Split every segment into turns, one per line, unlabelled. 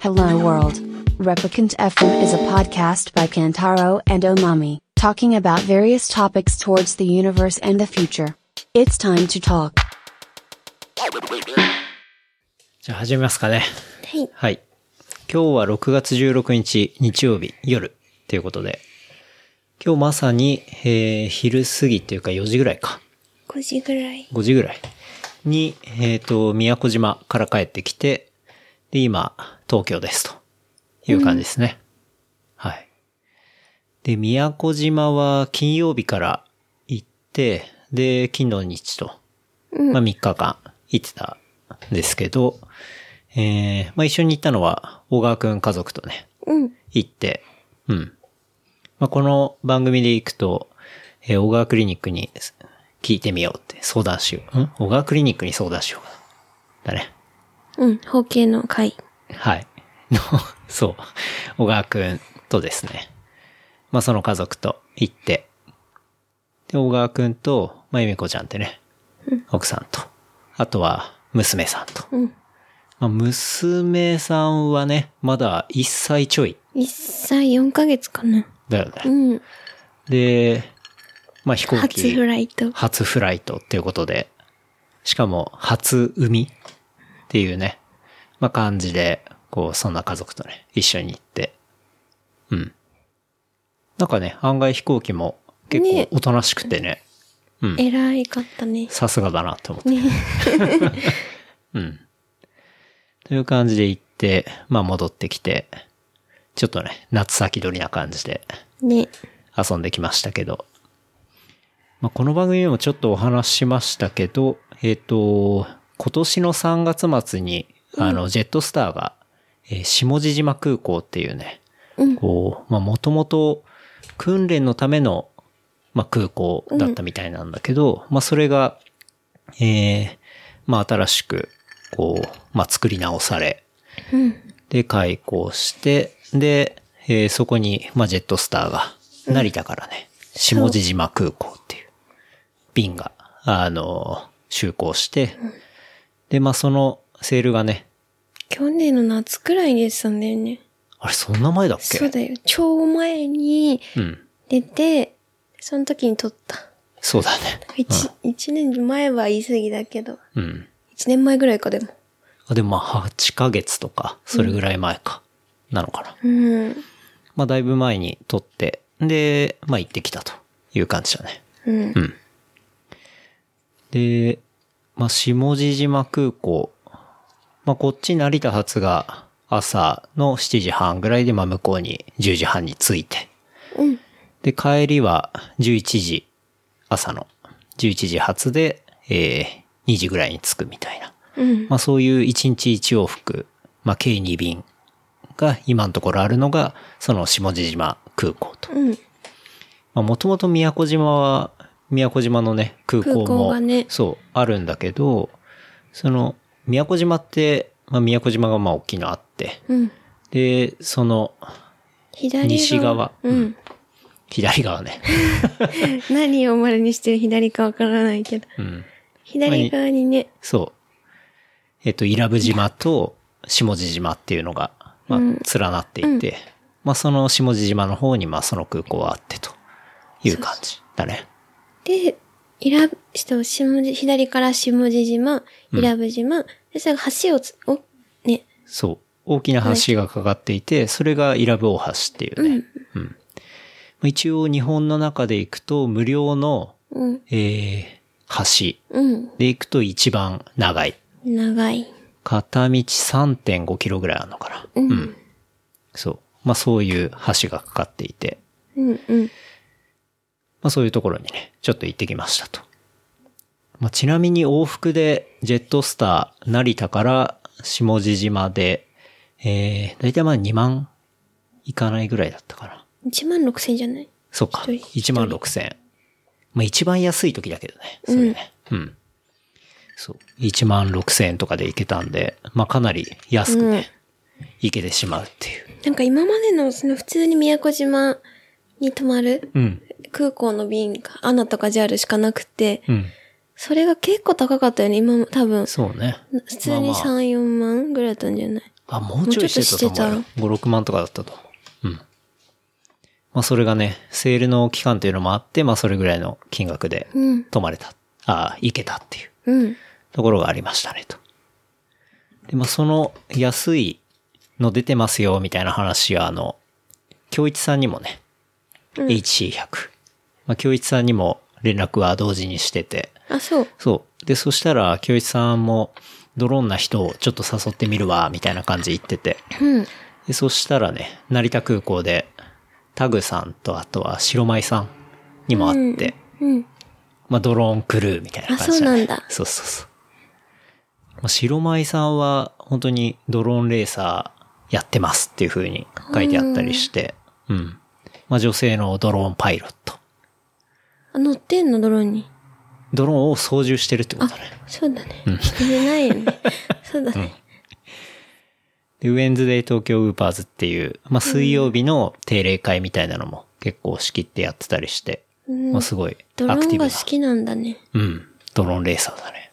Hello World. Replicant FM is a podcast by Kantaro and Omami, talking about various topics towards the universe and the future. It's time to talk.
じゃあ始めますかね。
はい。
はい。今日は6月16日日曜日夜ということで、今日まさに、えー昼過ぎっていうか4時ぐらいか、
5時ぐらい。
5時ぐらいに、えっ、と、宮古島から帰ってきて、で、今、東京ですという感じですね。はい。で、宮古島は金曜日から行って、で、金土日と、まあ3日間行ってたんですけど、えー、まあ一緒に行ったのは、小川くん家族とね、
うん。
行って、うん。まあ、この番組で行くと、えー小川クリニックに聞いてみようって相談しよう。ん小川クリニックに相談しようかな。だね。
うん。包茎の回。
はい。 の、そう。小川くんとですね。まあ、その家族と行って。で、小川くんと、まあ、ゆみこちゃんってね。奥さんと。あとは、娘さんと。
うん。
まあ、娘さんはね、まだ1歳ちょい
1歳4ヶ月かな。
だよね。
うん。
で、まあ、飛行機。
初フライト。
初フライトっていうことで、しかも初海っていうね、まあ、感じで、こう、そんな家族とね、一緒に行って。うん。なんかね、案外飛行機も結構
ね
おとなしくてね、
偉いかったね。
さすがだなって思って。
ね。
うん。という感じで行って、まあ戻ってきて、ちょっとね、夏先取りな感じで
ね。
遊んできましたけど。まあ、この番組でもちょっとお話ししましたけど、えっ、と、今年の3月末に、あの、ジェットスターが、えー下地島空港っていうね、
うん
こう、まあ、もともと訓練のための、まあ、空港だったみたいなんだけど、まあ、それが、えーまあ、新しく、こう、まあ、作り直され、
うん。
で、開港して、で、えーそこに、まあ、ジェットスターが、成田からね、下地島空港っていう、便が、あのー、就航して、で、まあ、その、セールがね、
去年の夏くらいでしたんだよね。
あれ、そんな前だっけ
そうだよ。超前に
うん。
出て、その時に撮った。
そうだね。
一、一年前は言い過ぎだけど。
うん。
一年前ぐらいかでも。
あでも、まあ、8ヶ月とか、それぐらい前か、なのかな。
うん。
まあ、だいぶ前に撮って、で、まあ、行ってきたという感じだね。
うん。
うん。で、まあ、下地島空港。まあ、こっち成田発が朝の7時半ぐらいで、まあ、向こうに10時半に着いて。
うん。
で、帰りは11時、朝の11時発で、えー2時ぐらいに着くみたいな。
うん。
まあ、そういう1日1往復、まあ、計2便が今のところあるのが、その下地島空港と。
うん。
まあ、もともと宮古島は、宮古島のね、空港も、
空港がね
そう、あるんだけど、その、宮古島って、まあ、宮古島がまあ大きいのあって、
うん。
で、その、
左側。
西側
うん。
左側 ね、
何を丸にしてる左かわからないけど。
うん、
左側にね、
そう、えっと、伊良部島と下地島っていうのが、まあ、連なっていて、まあ、その下地島の方に、まあ、その空港はあってという感じだね。
で、伊良部、下下地左から下地島、伊良部島、で、それが橋をつ、お、ね、
そう。大きな橋がかかっていて、それが伊良部大橋っていうね。うん。まあ一応日本の中で行くと無料の、
うん、
えー橋
うん、
で行くと一番長い。
長い。
片道3.5キロぐらいあるのかな。
うん、
そう。まあそういう橋がかかっていて、
うん、うん、
まあそういうところにね、ちょっと行ってきましたと。まあちなみに往復でジェットスター成田から下地島で、えー、だいたいまあ2万いかないぐらいだったかな。
1万6千じゃない
そうか。
一
1万6千。まあ一番安い時だけどね。それね。うん。そう。1万6千円とかで行けたんで、まあかなり安くね、行けてしまうっていう。
なんか今までの、その普通に宮古島に泊まる
うん。
空港の便が、アナとか JAL しかなくて、
うん。
それが結構高かったよね、今も多分。
そうね。
普通に3、4万ぐらいだったんじゃない
あ、もうちょいしてたと思う
もう
よ
ちょっと。
5、6万とかだったと思う。うん。まあそれがね、セールの期間というのもあって、まあそれぐらいの金額で
うん。
泊まれた。ああ、行けたっていう
うん。
ところがありましたね、と。で、まあその安いの出てますよ、みたいな話は、あの、京一さんにもね、HC100。まあ京一さんにも連絡は同時にしてて、
あ、そう。
そう。で、そしたら、京一さんも、ドローンな人をちょっと誘ってみるわ、みたいな感じで言ってて。
うん。
で、そしたらね、成田空港で、タグさんと、あとは白舞さんにも会って、
うん。
まあ、ドローンクルーみたいな感じ
あ
ね
そうなんだ
そうそうそう。まあ、白舞さんは、本当にドローンレーサーやってますっていう風に書いてあったりして、うん。まあ、女性のドローンパイロット。
あ、乗ってんの、ドローンに。
ドローンを操縦してるってことだね。
そうだね。言えないよ ね。そうだね。
で、ウェンズデイ東京ウーパーズっていう、まあ、水曜日の定例会みたいなのも結構仕切ってやってたりして、
うん
まあ、すごい
ドロ
ア
ー
クテ
ン
ィブ
が
な。
好きなんだね。
うん。ドローンレーサーだね。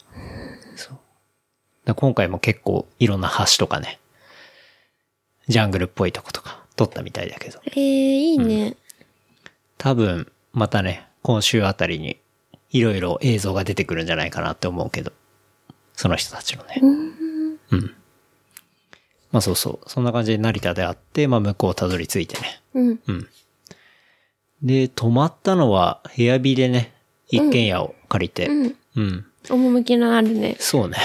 そう。だ今回も結構いろんな橋とかね、ジャングルっぽいとことか撮ったみたいだけど、
えー、いいね。
多分またね、今週あたりにいろいろ映像が出てくるんじゃないかなって思うけど、その人たちのね。うん。まあそうそう。そんな感じで成田であって、まあ向こうたどり着いてね。
うん。
うん。で、泊まったのは、部屋ビでね、一軒家を借りて。
うん。
うん
趣のあるね。
そうね。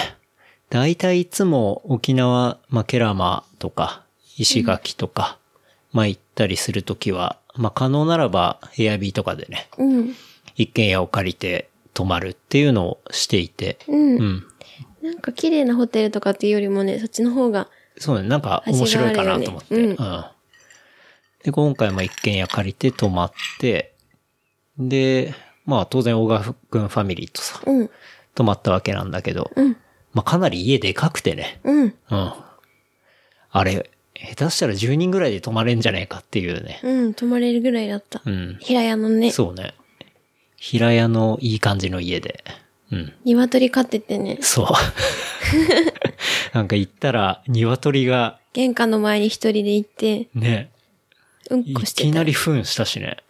大体いつも沖縄、まあ、ケラマとか、石垣とか、まあ、行ったりするときは、まあ、可能ならば、エアビーとかでね、
うん。
一軒家を借りて泊まるっていうのをしていて、
うん
う。ん。
なんか綺麗なホテルとかっていうよりもね、そっちの方が、
そうね、なんか面白いかなと思って。
味
う
が
ん。で、今回も一軒家借りて泊まって、で、まあ、当然、小川くんファミリーとさ、
うん、
泊まったわけなんだけど、
うん、
まあ、かなり家でかくてね、
う
う
ん、
ん。あれ、下手したら10人ぐらいで泊まれんじゃねえかっていうね。
うん、泊まれるぐらいだった。
うん。
平屋のね、
そうね。平屋のいい感じの家で。うん。
鶏飼っててね、
そう。 なんか行ったら、鶏が
玄関の前に一人で行って、
ね、
うん
い
こしてた。
きなり糞したしね。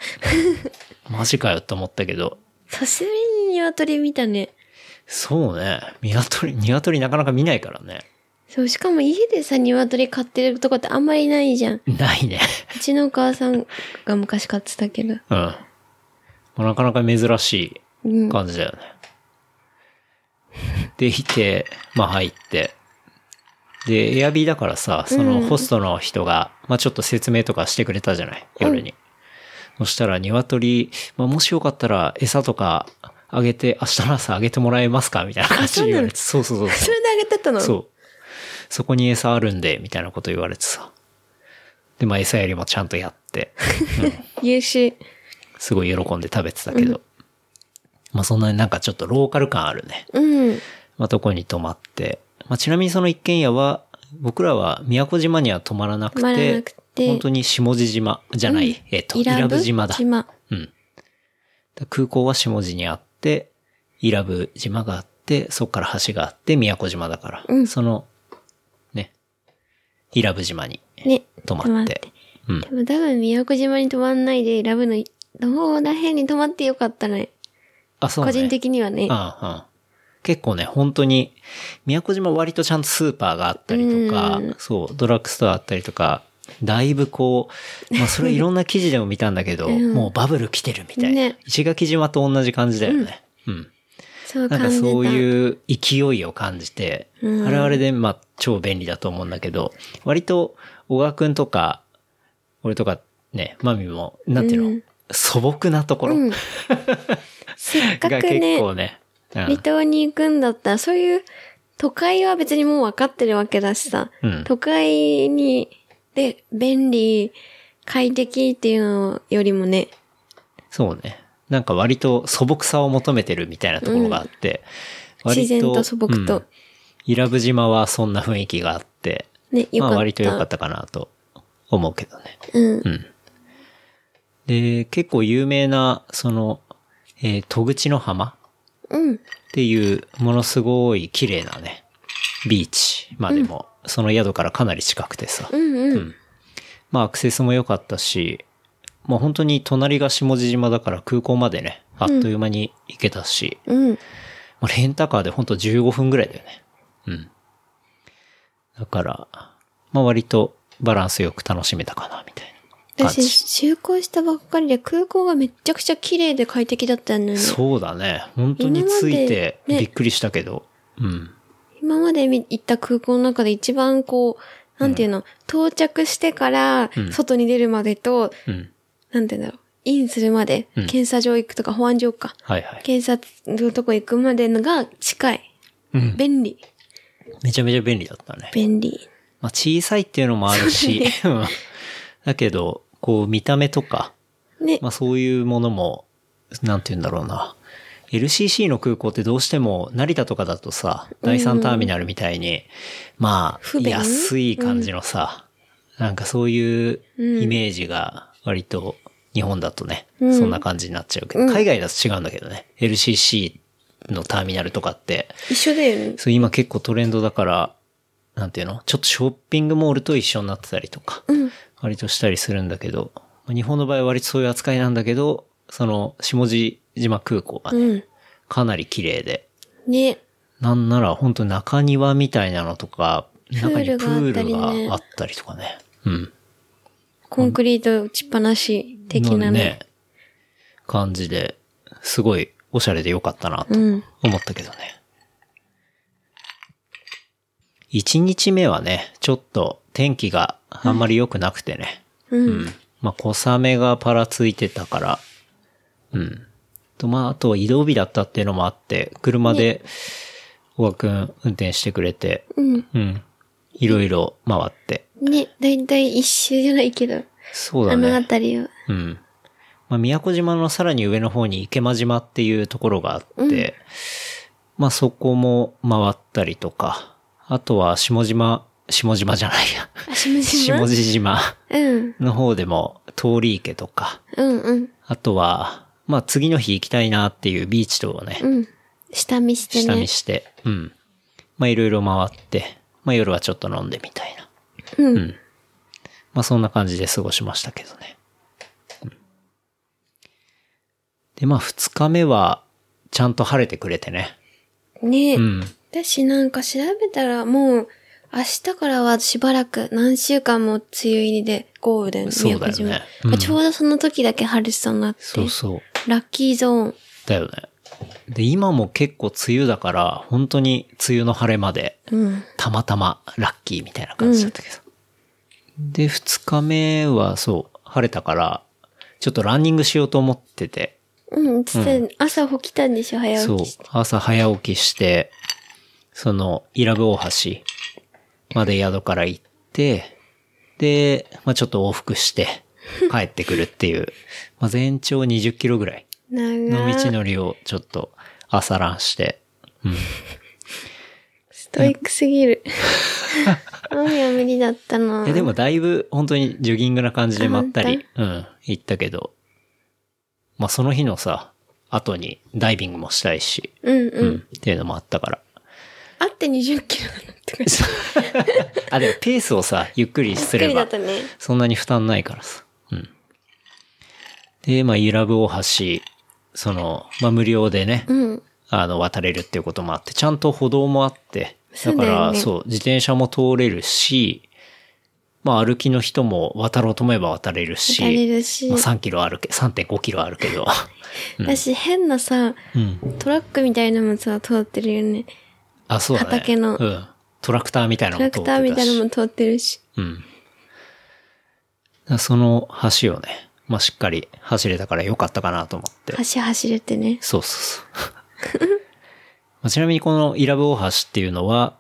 マジかよって思ったけど。
久しぶりに鶏見たね。
そうね。鶏、鶏なかなか見ないからね。
そう、しかも家でさ、鶏飼ってるとこってあんまりないじゃん。う
ないね。
ちのお母さんが昔飼ってたけ
う
ど。
ん。まあなかなか珍し
う
い
ん
感じだよね。で、いて、まあ入って。で、エアビーだからさ、そのホストの人が、まあちょっと説明とかしてくれたじゃない夜に。そしたら鶏、まあもしよかったら餌とかあげて、明日の朝あげてもらえますかみたいな感じで言われて。そうそうそうそう。
それであげてたの
そう。そこに餌あるんで、みたいなこと言われてさ。で、まあ餌よりもちゃんとやって。
優秀。
すごい喜んで食べてたけど。まあそんなになんかちょっとローカル感あるね。
うん。
まあとこに泊まって。まあちなみにその一軒家は、僕らは宮古島には泊まらなく
泊ま
て、
らなくて
本当に下地島じゃない、
うん
えっ、と、伊良部島だ。
島。
うん。だ空港は下地にあって、伊良部島があって、そこから橋があって、宮古島だから、
うん
その、ね、伊良部島に
ね。
泊ま
泊ま
っ
ってて。
うん
で。も多分宮古島に泊まんないで、ラブの、どこら辺に泊まってよかったね。
あ、そうね。
個人的にはね。
うんうん。結構ね、本当に、宮古島割とちゃんとスーパーがあったりとか、
うん
そう、ドラッグストアあったりとか、だいぶこ う、まあそれいろんな記事でも見たんだけど、
ん
もうバブル来てるみたいな。
ね
石垣島と同じ感じだよね。うん。
そ
な
う
ん
感
か
じた。
そう
う。
いう勢いを感じて、
うん
あれあれで、まあ、超便利だと思うんだけど、割と、小川くんとか、俺とか、ね、マミも、なんていうの、
うん
素朴なところ
うん
が。
せっか
結
くね、
構ね、うん
離島に行くんだったら、そういう都会は別にもう分かってるわけだしさ。
うん
都会に、で、便利、快適っていうのよりもね、
そうね。なんか割と素朴さを求めてるみたいなところがあって、
うん
割
自然と素朴と
うん伊良部島はそんな雰囲気があって、
ね、よ
まあ
かった。
割と良かったかなと思うけどね。
うん。
うん。で、結構有名な、その、えー戸口の浜
うん。
っていう、ものすごい綺麗なね、ビーチまでもその宿からかなり近くてさ。
うんうん。
うんまあアクセスも良かったし、もう本当に隣が下地島だから空港までね、あっという間に行けたし、
うん。
まあレンタカーで本当15分ぐらいだよね。うん。だから、まあ割とバランスよく楽しめたかな、みたいな感
私、
じ。
就航したばっかりで空港がめっちゃくちゃ綺麗で快適だったのに、
そうだね。本当について
今までね
びっくりしたけど、うん。
今まで行った空港の中で一番こう、なんていうの、到着してから
うん
外に出るまでと、
うん。
なんていうんだろう、インするまで、
うん
検査場行くとか保安場か、
はいはい。
検査のとこ行くまでのが近い。
うん。
便利。
めちゃめちゃ便利だったね。
便利。
まあ小さいっていうのもあるし、うんだけど、こう見た目とか、
ね、
まあそういうものも、なんて言うんだろうな。LCC の空港ってどうしても成田とかだとさ、第三ターミナルみたいに、まあ
不、便
安い感じのさ、なんかそういうイメージが割と日本だとね、
ん
そんな感じになっちゃうけど、海外だと違うんだけどね、LCC のターミナルとかって、
一緒だよね。
そう今結構トレンドだから、なんていうのちょっとショッピングモールと一緒になってたりとか、割としたりするんだけど、まあ日本の場合は割とそういう扱いなんだけど、その下地島空港がね、
うん。
かなり綺麗で、
ね。
なんなら本当中庭みたいなのとか、中にプ
プールがあったりね
ールがあったりとかね。うん。
コンクリート打ちっぱなし的な
の
ね。
ね、感じで、すごいおしゃれでよかったなと
うん。
思ったけどね。1日目はね、ちょっと天気があんまり良くなくてね。
うん
うん。まあ、小雨がパラついてたから。うん。と、まあ、あと移動日だったっていうのもあって、車で、小川くん運転してくれて、
うん。
うん。いろいろ回って。
ね、だいたい一周じゃないけど、
そう
あ
だ
のあ
ね。
たりを。
うん。まあ、宮古島のさらに上の方に池間島っていうところがあって、まあそこも回ったりとか、あとは下島、下島じゃないや、
あ、下島
下地島
うん。
の方でも通り池とか、
うんうん。
あとは、まあ次の日行きたいなっていうビーチとをね
う、ん。下見してね。
下見して、うん。まあいろいろ回って、まあ夜はちょっと飲んでみたいな。
うん
まあそんな感じで過ごしましたけどね。うんで、まあ二日目は、ちゃんと晴れてくれてね。
ね、
うん。
だしなんか調べたらもう、明日からはしばらく何週間も梅雨入りで豪雨で
そうだよねうん
ちょうどその時だけ晴れてたなって。
そうそう。
ラッキーゾーン。
だよね。で、今も結構梅雨だから、本当に梅雨の晴れまで、
うん。
たまたまラッキーみたいな感じだったけど。で、二日目はそう、晴れたから、ちょっとランニングしようと思ってて、
うん、つって、朝起きたんでしょ、早
そう
起きして。、
朝早起きして、その、伊良部大橋まで宿から行って、で、まあちょっと往復 して、帰ってくるっていう、まあ全長20キロぐらい。
長い
の道のりをちょっと朝ランして。うん。
ストイックすぎる。 雨は無理だったな。
いやでもだいぶ本当にジョギングな感じでまったり、うん、行ったけど、まあその日のさ、後にダイビングもしたいし、
うんう。
うんん、っていうのもあったから。
あって20キロだったから。
あ、でもペースをさ、ゆっくりす
び
れ
っくりだ
ば
っ、たね。
そんなに負担ないからさ。うん。で、まあ、イラブ大橋、その、まあ、無料でね、
うん。
あの、渡れるっていうこともあって、ちゃんと歩道もあって、
そ
だ
う
か
だよね
ら、そう,、自転車も通れるし、まあ、歩きの人も渡ろうと思えば渡れるし、
渡れるし
まあ、3キロあるけ、3.5キロあるけど、
だし、変なさ、
うん。
トラックみたいなのもさ、通ってるよね。
あ、そうだね。
畑の
うん。トラクターみたいな
ト
の
ラ
も通ってたし。
クターみたいなのも通ってるし。
うん。だからその橋をね、まあ、しっかり走れたから良かったかなと思って。
橋走れてね。
そうそう そう。まあちなみにこのイラブ大橋っていうのは、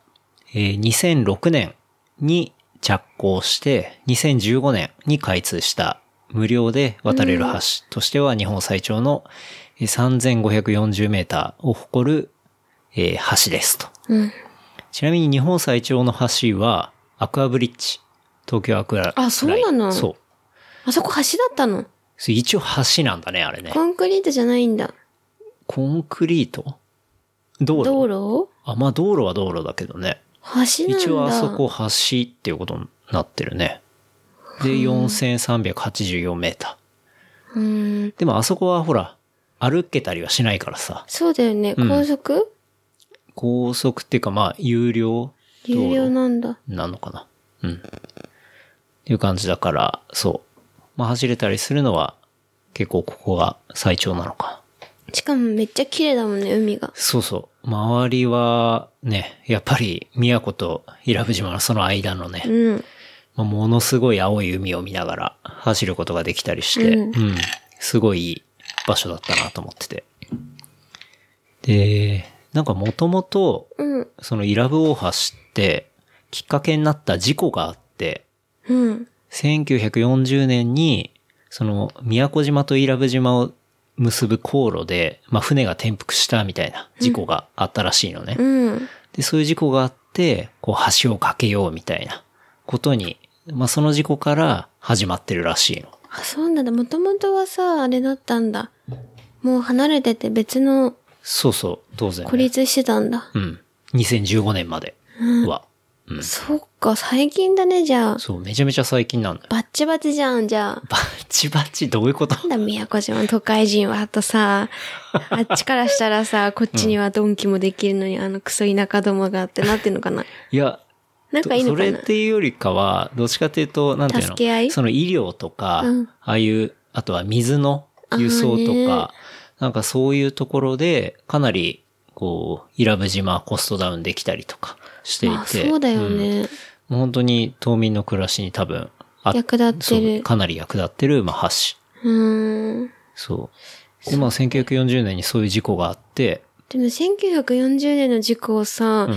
えー2006年に着工して、2015年に開通した無料で渡れる橋としては日本最長のえー3540メーターを誇る、えー橋ですと。
うん。
ちなみに日本最長の橋はアクアブリッジ。東京アクアライン。
あそうなの
そう。
あそこ橋だったの
そう一応橋なんだね、あれね。
コンクリートじゃないんだ。
コンクリート道路
道路
あ、まあ道路は道路だけどね。
橋なんだ。
一応あそこ橋っていうことになってるね。で、4384メータ
うん。
ー。でもあそこはほら、歩けたりはしないからさ、
そうだよね。高速、
高速っていうかまあ、有料道
有料
路
なんだ。
なのかな。うん。っていう感じだから、そう。まあ走れたりするのは、結構ここが最長なのかな。
しかもめっちゃ綺麗だもんね、海が。
そうそう。周りは、ね、やっぱり、宮古と伊良部島のその間のね、
うん。
まあものすごい青い海を見ながら走ることができたりして、うん、すごいいい場所だったなと思ってて。で、なんかもともと、
うん。
その伊良部大橋って、きっかけになった事故があって、
うん。
1940年に、その、宮古島と伊良部島を結ぶ航路で、まあ、船が転覆したみたいな事故があったらしいのね。
うん。
で、そういう事故があって、こう、橋を架けようみたいなことに、まあ、その事故から始まってるらしいの。
あ、そうなんだ。もともとはさ、あれだったんだ。もう離れてて別の
そうそう、当然、
孤
ね。
立してたんだ。
うん。2015年までは。うん。
そっか、最近だね、じゃあ。
そう、めちゃめちゃ最近なんだよ。
バッチバチじゃん、じゃあ。
バチバチ、どういうこと
なんだ、宮古島の都会人は、あとさ、あっちからしたらさ、こっちにはドンキもできるのに、あのクソ田舎どもがあってなってんのかな。
いや、
なんかいいの
そ
か
れ
な
っていうよりかは、どっちかっていうと、なんていうの
助け合い
その医療とか、
うん
ああいう、あとは水の輸送と
あー
か、なんかそういうところで、かなり、こう、伊良部島コストダウンできたりとかしてい
まあ、
て。
そうだよ
うん
ね。
もう本当に島民の暮らしに多分、あ
役立って
そう
る。
かなり役立ってる、まあ、橋。
うーん。
そう。で、まあ、1940年にそういう事故があって、
でも1940年の事故をさ、
うん。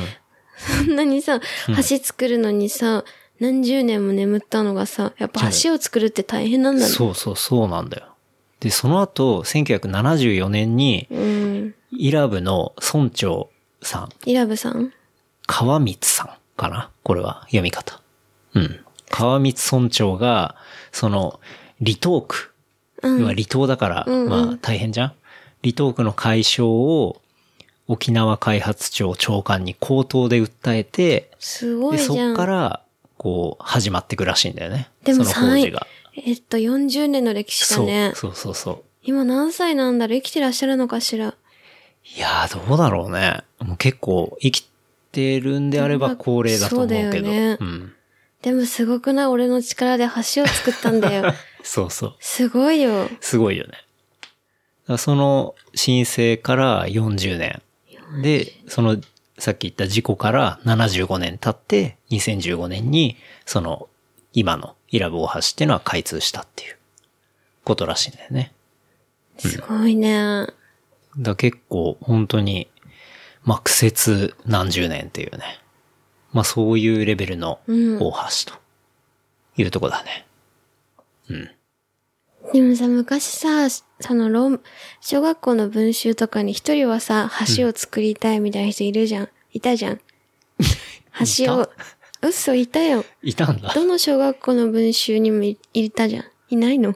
そんなにさ、橋作るのにさ、何十年も眠ったのがさ、やっぱ橋を作るって大変なんだね。
そうそう、そうなんだよ。で、その後、1974年に、
うん。
イラブの村長さん、
イラブさん
川光さんかなこれは読み方。うん。川光村長が、その、離島区。要は離島だから、まあ大変じゃん離島区の解消を沖縄開発庁長官に口頭で訴えて、
すご
で、
いじ
そ
ゃ
っか
ん。
ら、こう、始まっていくらしいんだよね。
でも
その工事
3
が。
えっと、40年の歴史だ
そう
ね。
そうそうそう。
今何歳なんだろう生きてらっしゃるのかしら
いやー、どうだろうね。もう結構、生きてるんであれば高齢だと思うけど。
そうだよね
ん。
でもすごくない俺の力で橋を作ったんだ よ。
そうそう。
すごいよ。
すごいよね。だからその申請から40年。で、その、さっき言った事故から75年経って、2015年に、その、今のイラブ大橋っていうのは開通したっていうことらしいんだよね。
すごいね。
だから結構本当に、まあ、苦節何十年っていうね。まあ、そういうレベルの
うん
大橋というとこだね。
でもさ、昔さ、その論、小学校の文集とかに一人はさ、橋を作りたいみたいな人いるじゃん。いた じゃん。橋を、嘘いたよ。
いたんだ。
どの小学校の文集にもいいたじゃん。いないの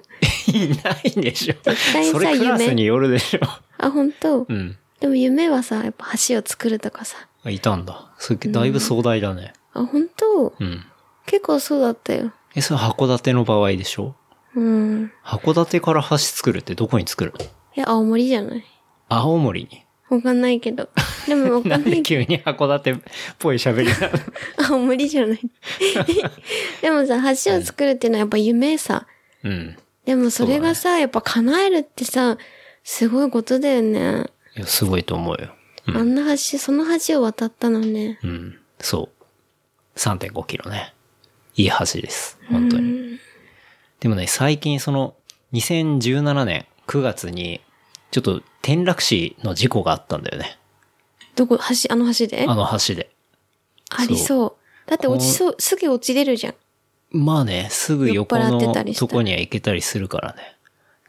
いないでしょ
対。さ
それクラス
夢
によるでしょ。
あ、本当、
うん。
でも夢はさ、やっぱ橋を作るとかさ。
あいたんだ。それだいぶ壮大だね。
あ、本当
うん。
結構そうだったよ。
え、それ函館の場合でしょ
うん。
函館から橋作るってどこに作るの
いや、青森じゃない
青森に。
わかんないけ ど。でもわか
なんん
ない
で 急に函館っぽい喋りなの
青森じゃ ない。でもさ、橋を作るっていうのはやっぱ夢さ。
うん。
でもそれがさ、やっぱ叶えるってさ、すごいことだよね。
いや、すごいと思うよ。
あんな橋、その橋を渡ったのね。
うん。そう。3.5キロね。いい橋です。本当に。でもね、最近その2017年9月に、ちょっと転落死の事故があったんだよね。
どこ、橋、あの橋で
あ
あ
の橋で。
りそう。だって落ちそう、すぐ落ちれるじゃん。
まあね、すぐ横
酔っ払って
の
たりした
とこには行けたりするからね。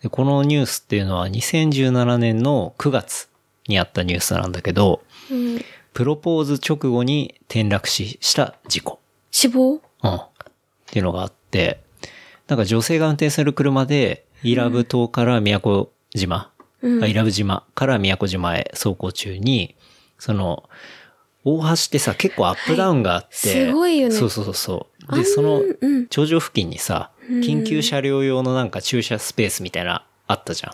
で、このニュースっていうのは2017年の9月にあったニュースなんだけど、
うん。
プロポーズ直後に転落死した事故。
死亡
うん。っていうのがあって、なんか女性が運転する車で、伊良部島から宮古島、
うん
あ伊良部島から宮古島へ走行中に、その、大橋ってさ、結構アップダウンがあって。
はいすごいよね
そうそうそうそう。
あん
で、その
うん、
頂上付近にさ、緊急車両用のなんか駐車スペースみたいな、あったじゃん。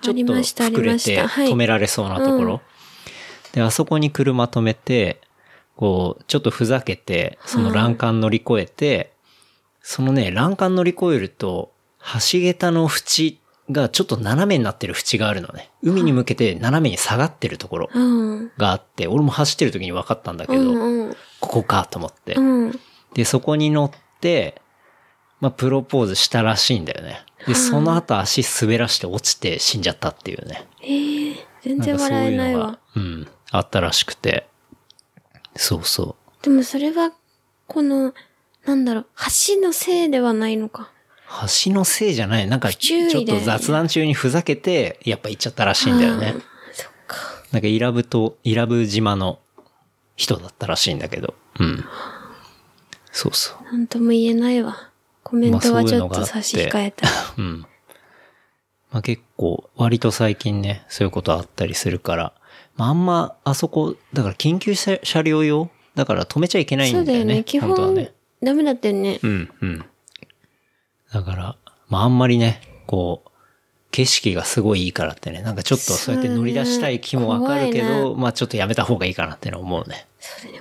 ちょっ
り
と
ました
膨
あり
れ
ましてたはい
止められそうなところ。で、あそこに車止めて、こう、ちょっとふざけて、その欄干乗り越えて、そのね、欄干乗り越えると、橋桁の縁がちょっと斜めになってる縁があるのね。海に向けて斜めに下がってるところ
うん。
があって、俺も走ってる時に分かったんだけ
う
ど、
んうん。
ここかと思って。
うん。
で、そこに乗って、まあ、プロポーズしたらしいんだよね。で、その後足滑らして落ちて死んじゃったっていうね。
全然笑えない
ん
わ
か。そういうのが。うん。あったらしくて。そうそ
でもそれは、この、なんだろう、橋のせいではないのか。
う。橋のせいじゃない。なんか、
不
ち
注意で
ょっと雑談中にふざけて、やっぱ行っちゃったらしいんだよね。
そっか。
なんか、イラブと、イラブ島の人だったらしいんだけど。うん。そうそう。
なんとも言えないわ。コメントはちょっと差し控えた。
うん。まあ、結構、割と最近ね、そういうことあったりするから、まあ、あんま、あそこ、だから緊急車車両用だから止めちゃいけないんだ
そ
よね。
うだよね。基
本当は
本
ね。、
ダメだったよね
う。ん、うん。だから、まあ、あんまりね、こう、景色がすごいいいからってね、なんかちょっとそうやって乗り出したい気もわかるけ
そうね
ど、まあちょっとやめた方がいいかなってのは思うね。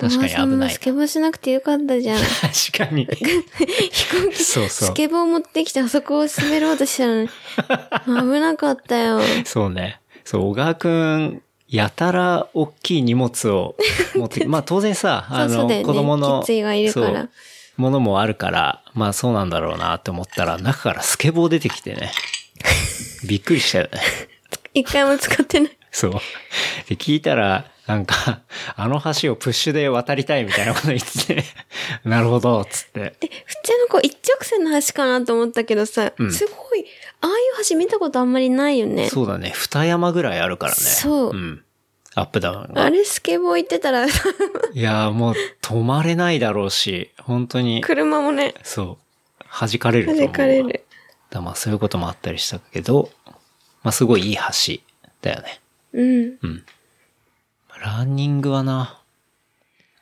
マ
確かに
マ
危
さんも
ない
ス。ケボーしなくてよかっ たじゃん。
確かに。そうそう
ス。ケボー持ってきてあそこを滑ろうとしたのに。危なかったよ。
そうね。そう、小川くん、やたら大きい荷物 を持って、まあ当然さ、あ
そうそ
の、
うだよね
子供の、
決意がいるから
そうものもあるから、まあそうなんだろうなって思ったら、中からスケボー出てきて ね。びっくりしたよね。
一回も使ってない。
そう。で、聞いたら、なんか、あの橋をプッシュで渡りたいみたいなこと言って て、なるほど、つって。
で、普通のこう一直線の橋かなと思ったけどさ、
うん
すごい、ああいう橋見たことあんまりないよね。
そうだね、二山ぐらいあるからね。
そう
うん。アップダウンが。
あれスケボー行ってたら、
いやーもう止まれないだろうし、本当に。
車もね、
そう。弾かれると思うわ。
弾かれる。
だまあそういうこともあったりしたけど、まあすごいいい橋だよね。
うん。
うん。ランニングはな、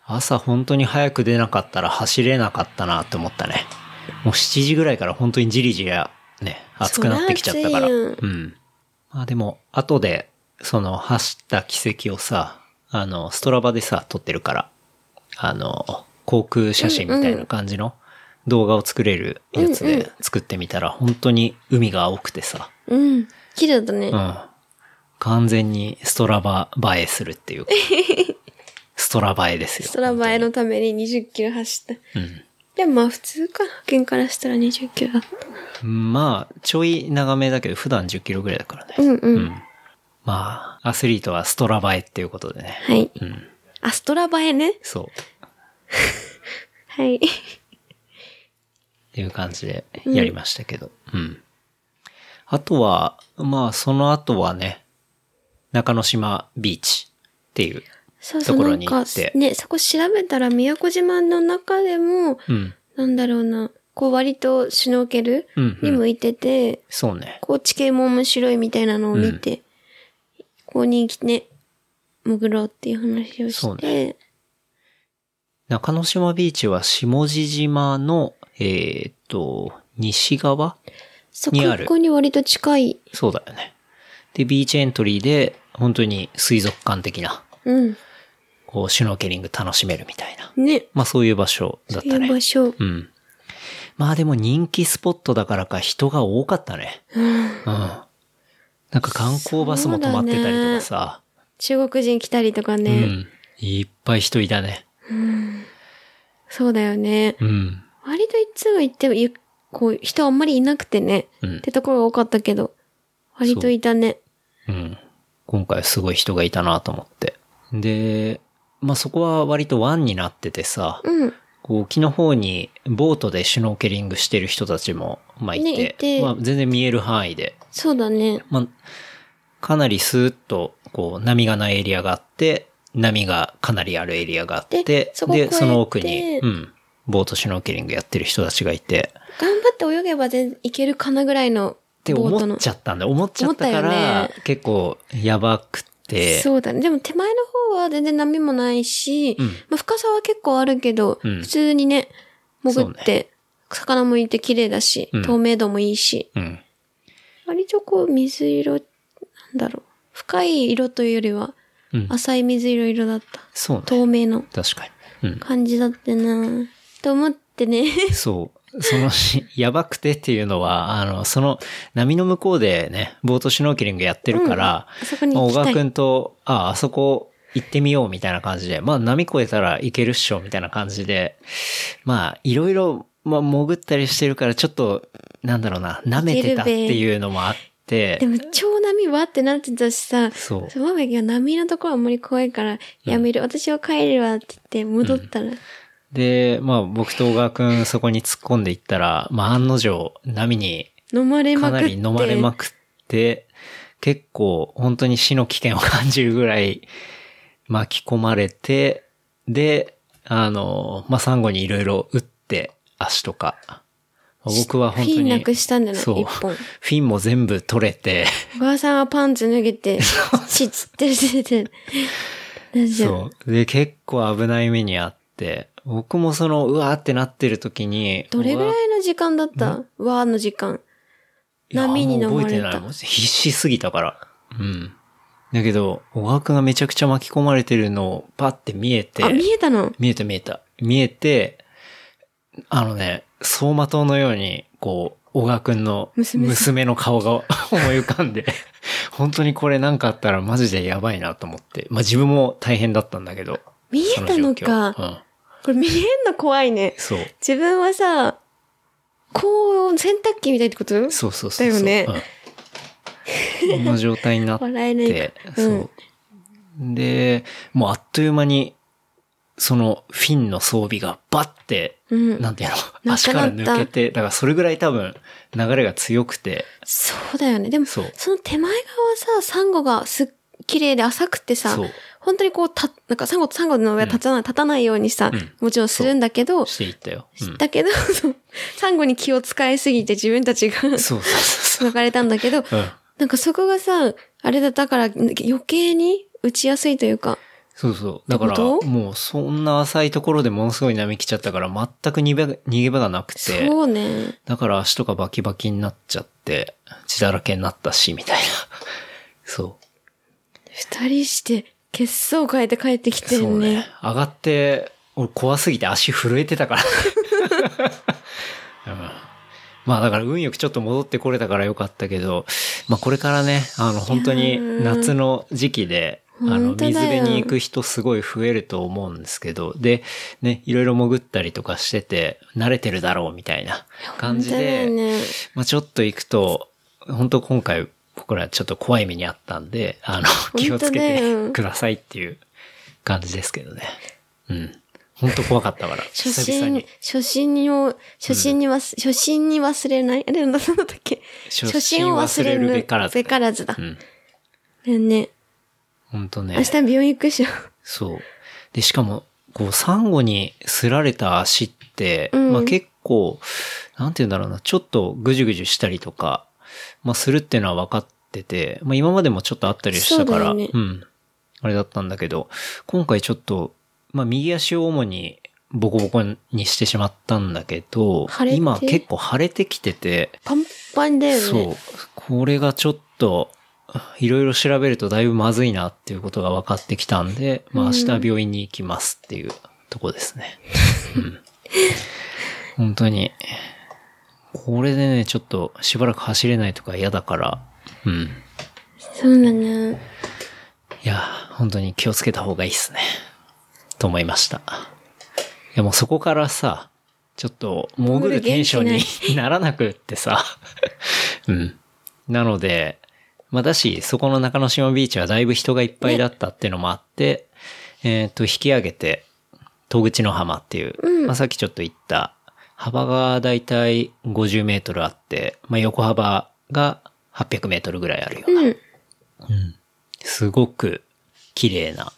朝本当に早く出なかったら走れなかったなって思ったね。もう7時ぐらいから本当にじりじりね、暑くなってきちゃったから。
そりゃ
う
暑
ん。まあでも、後で、その走った軌跡をさ、あの、ストラバでさ、撮ってるから、あの、航空写真みたいな感じの動画を作れるやつで作ってみたら、本当に海が青くてさ、
うん。綺麗だね。
うん。完全にストラバ映えするっていう か。ストラバ映えですよ。
ストラバエのために20キロ走った。
う
でもまあ普通か。県からしたら20キロだっ
ん。まあ、ちょい長めだけど、普段10キロぐらいだからね。
た。うんうん。
まあ、アスリートはストラバ映えっていうことでね。
はい。
うん。
あ、ストラバエね。
そう。
はい。
っていう感じでやりましたけど。うん。あとは、まあ、その後はね、中之島ビーチっていう。
そうそ う、
とこ
な
ろ
ん
に行
か
って、
ね、そこ調べたら宮古島の中でも、
うん。
なんだろうな、こう割とシュノーケル
うんうん
に向いてて、
そうね。
こう地形も面白いみたいなのを見て、ここに来てね、潜ろうっていう話を
そう
して、
ね中之島ビーチは下地島の、えーっと、西側
そ
にある
こに割と近い。
そうだよね。で、ビーチエントリーで、本当に水族館的な、
うん。
こう、シュノーケリング楽しめるみたいな。
ね。
まあそういう場所だっ
い
た
う
ね
場。所。
うん。まあでも人気スポットだからか人が多かったね。うん。なんか観光バスも止まってたりとかさ。
中国人来たりとか
う
ね。
ん。いっぱい人いたね。
そうだよね。
うん。
割といつも行っても、ゆこう、人あんまりいなくてね。
うん
ってところが多かったけど、割といたね。
うん。今回はすごい人がいたなと思って。で、まあそこは割と湾になっててさ。
うん。
こう沖の方にボートでシュノーケリングしてる人たちも、まあ、いて、
ねいて
まあ、全然見える範囲で、
そうだね。
まあ、かなりスーッと、こう、波がないエリアがあって、波がかなりあるエリアがあって、
で
で、
そ
そ
こ越えて
の奥に、うん、ボートシュノーケリングやってる人たちがいて、
頑張って泳げば全然いけるかなぐらいの、
って
ボート
思
の
っち。ゃったんだ。思っちゃったか
思ったよ
ら、
ね
結構やばくて、
そうだね。でも手前の方は全然波もないし、
うん
まあ、深さは結構あるけど、
うん
普通にね、
そう
潜
ね
って、魚もいて綺麗だし、
うん
透明度もいいし、
うん。
割とこう水色、なんだろう。深い色というよりは、
うん。
浅い水色色だった。
そうね。
透明の
確かに。うん。
感じだったなと思ってね。
そう。その し、やばくてっていうのは、あの、その、波の向こうでね、ボートシュノーケリングやってるから、
あそこに
まあ
行
小
きた
川く
い。
んと、あ、あそこ行ってみようみたいな感じで、まあ波越えたらいけるっしょみたいな感じで、まあいろいろ、まあ潜ったりしてるからちょっと、なんだろうな、舐めてたっていうのもあって
で、も超波はってなってたしさ、
そう。
マメが波のところはあんまり怖いから、やめる、私は帰るわって言って戻ったら、
で、まあ僕と小川くんそこに突っ込んでいったら、まあ案の定波に
飲まれま
か
くっ
な
て。
り飲まれまくって、結構本当に死の危険を感じるぐらい巻き込まれて、で、あの、まあ、サンゴにいろいろ打って、足とか。僕は本当に。
フィンなくしたんだよね、
そう
一本。
フィンも全部取れて、
お母さんはパンツ脱げ て、血つって出てて。なんじゃん
そう。で、結構危ない目にあって、僕もその、うわーってなってる時に、
どれぐら
う
い
わ
の時間だったわーの時間。
いや
波に飲まれ
あ
た
んま覚えてないもん必死すぎたから。うん。だけど、小川くんがめちゃくちゃ巻き込まれてるのをパッて見えて。
あ、見えたの
見えた見えた。見えて、あのね、走馬灯のように、こう、小川くんの
娘さん
娘の顔が 思い浮かんで、本当にこれなんかあったらマジでやばいなと思って。まあ自分も大変だったんだけど。
見えたの
そ状況
か。
うん。
これ見えんの怖いね。
そう。
自分はさ、こう、洗濯機みたいってこと
そうそうそうそう。
だよね
うん。この状態になっ
笑えない
て
か、
そう。で、もうあっという間に、そのフィンの装備がバッて
う。う ん。
なんていうの
な
足
く
か
な
ら
った
抜けて、だからそれぐらい多分流れが強くて、
そうだよね。でも、
そ
そうの手前側さ、サンゴがすっ綺麗で浅くてさ
そう、
本当にこう、た、なんかサンゴとサンゴの上は立たない、立たないようにさ、
うん
もちろんするんだけど、
していったよ。うん
だけど、 そのサンゴに気を使いすぎて自分たちが
そうそうそう
巻かれたんだけど、
そう。うん。
なんかそこがさ、あれだ、だから余計に打ちやすいというか、
そうそう。だから、
ってこと
もうそんな浅いところでものすごい波来ちゃったから、全く逃げ場逃げ場がなくて、
そうね。
だから足とかバキバキになっちゃって、血だらけになったし、みたいな。 そう。
二人して、血相変えて帰ってきて
そ
る
うね
ね。。
上がって、俺怖すぎて足震えてたから。 うんまあだから運よくちょっと戻ってこれたからよかったけど、まあこれからね、あの本当に夏の時期で、あの
本当だよ
水辺に行く人すごい増えると思うんですけど、で、ね、いろいろ潜ったりとかしてて、慣れてるだろうみたいな感じ
本当だ
で、
よね
まあちょっと行くと、本当今回僕らちょっと怖い目にあったんで、あの、気をつけ
本当だよ
てくださいっていう感じですけどね。うん。本当怖かったから、
初
久々
心
に。、
初心を、初心に忘、初心に忘れないあれ、なんだっけ
初心を忘れるべからず
べからずだ。
う
だ
ん。
よね。
本当ね
明。日病院行くでしょ。
そう。で、しかも、こう、サンゴにすられた足って、
うん
まあ結構、なんて言うんだろうな、ちょっとぐじゅぐじゅしたりとか、まあするっていうのは分かってて、まあ今までもちょっとあったりしたか
そうだ
ら、
よね
うん。あれだったんだけど、今回ちょっと、まあ右足を主にボコボコにしてしまったんだけど
腫れ、て
今結構腫れてきてて、
パンパンだよね。
そう。これがちょっと、いろいろ調べるとだいぶまずいなっていうことが分かってきたんで、まあ明日病院に行きますっていうとこですね。うん、本当に。これでね、ちょっとしばらく走れないとか嫌だから、うん。
そうだね。
いや、本当に気をつけた方がいいっすね。と思いました。いや、もうそこからさ、ちょっと潜るテンション
潜る
にならなくってさ。 うん。なので、まあ、だし、そこの中之島ビーチはだいぶ人がいっぱいだったっていうのもあって、えっ、と、引き上げて、戸口の浜っていう、まあ、さっきちょっと言った、幅がだいたい50メートルあって、まあ、横幅が800メートルぐらいあるような、
うん。
すごく綺麗な、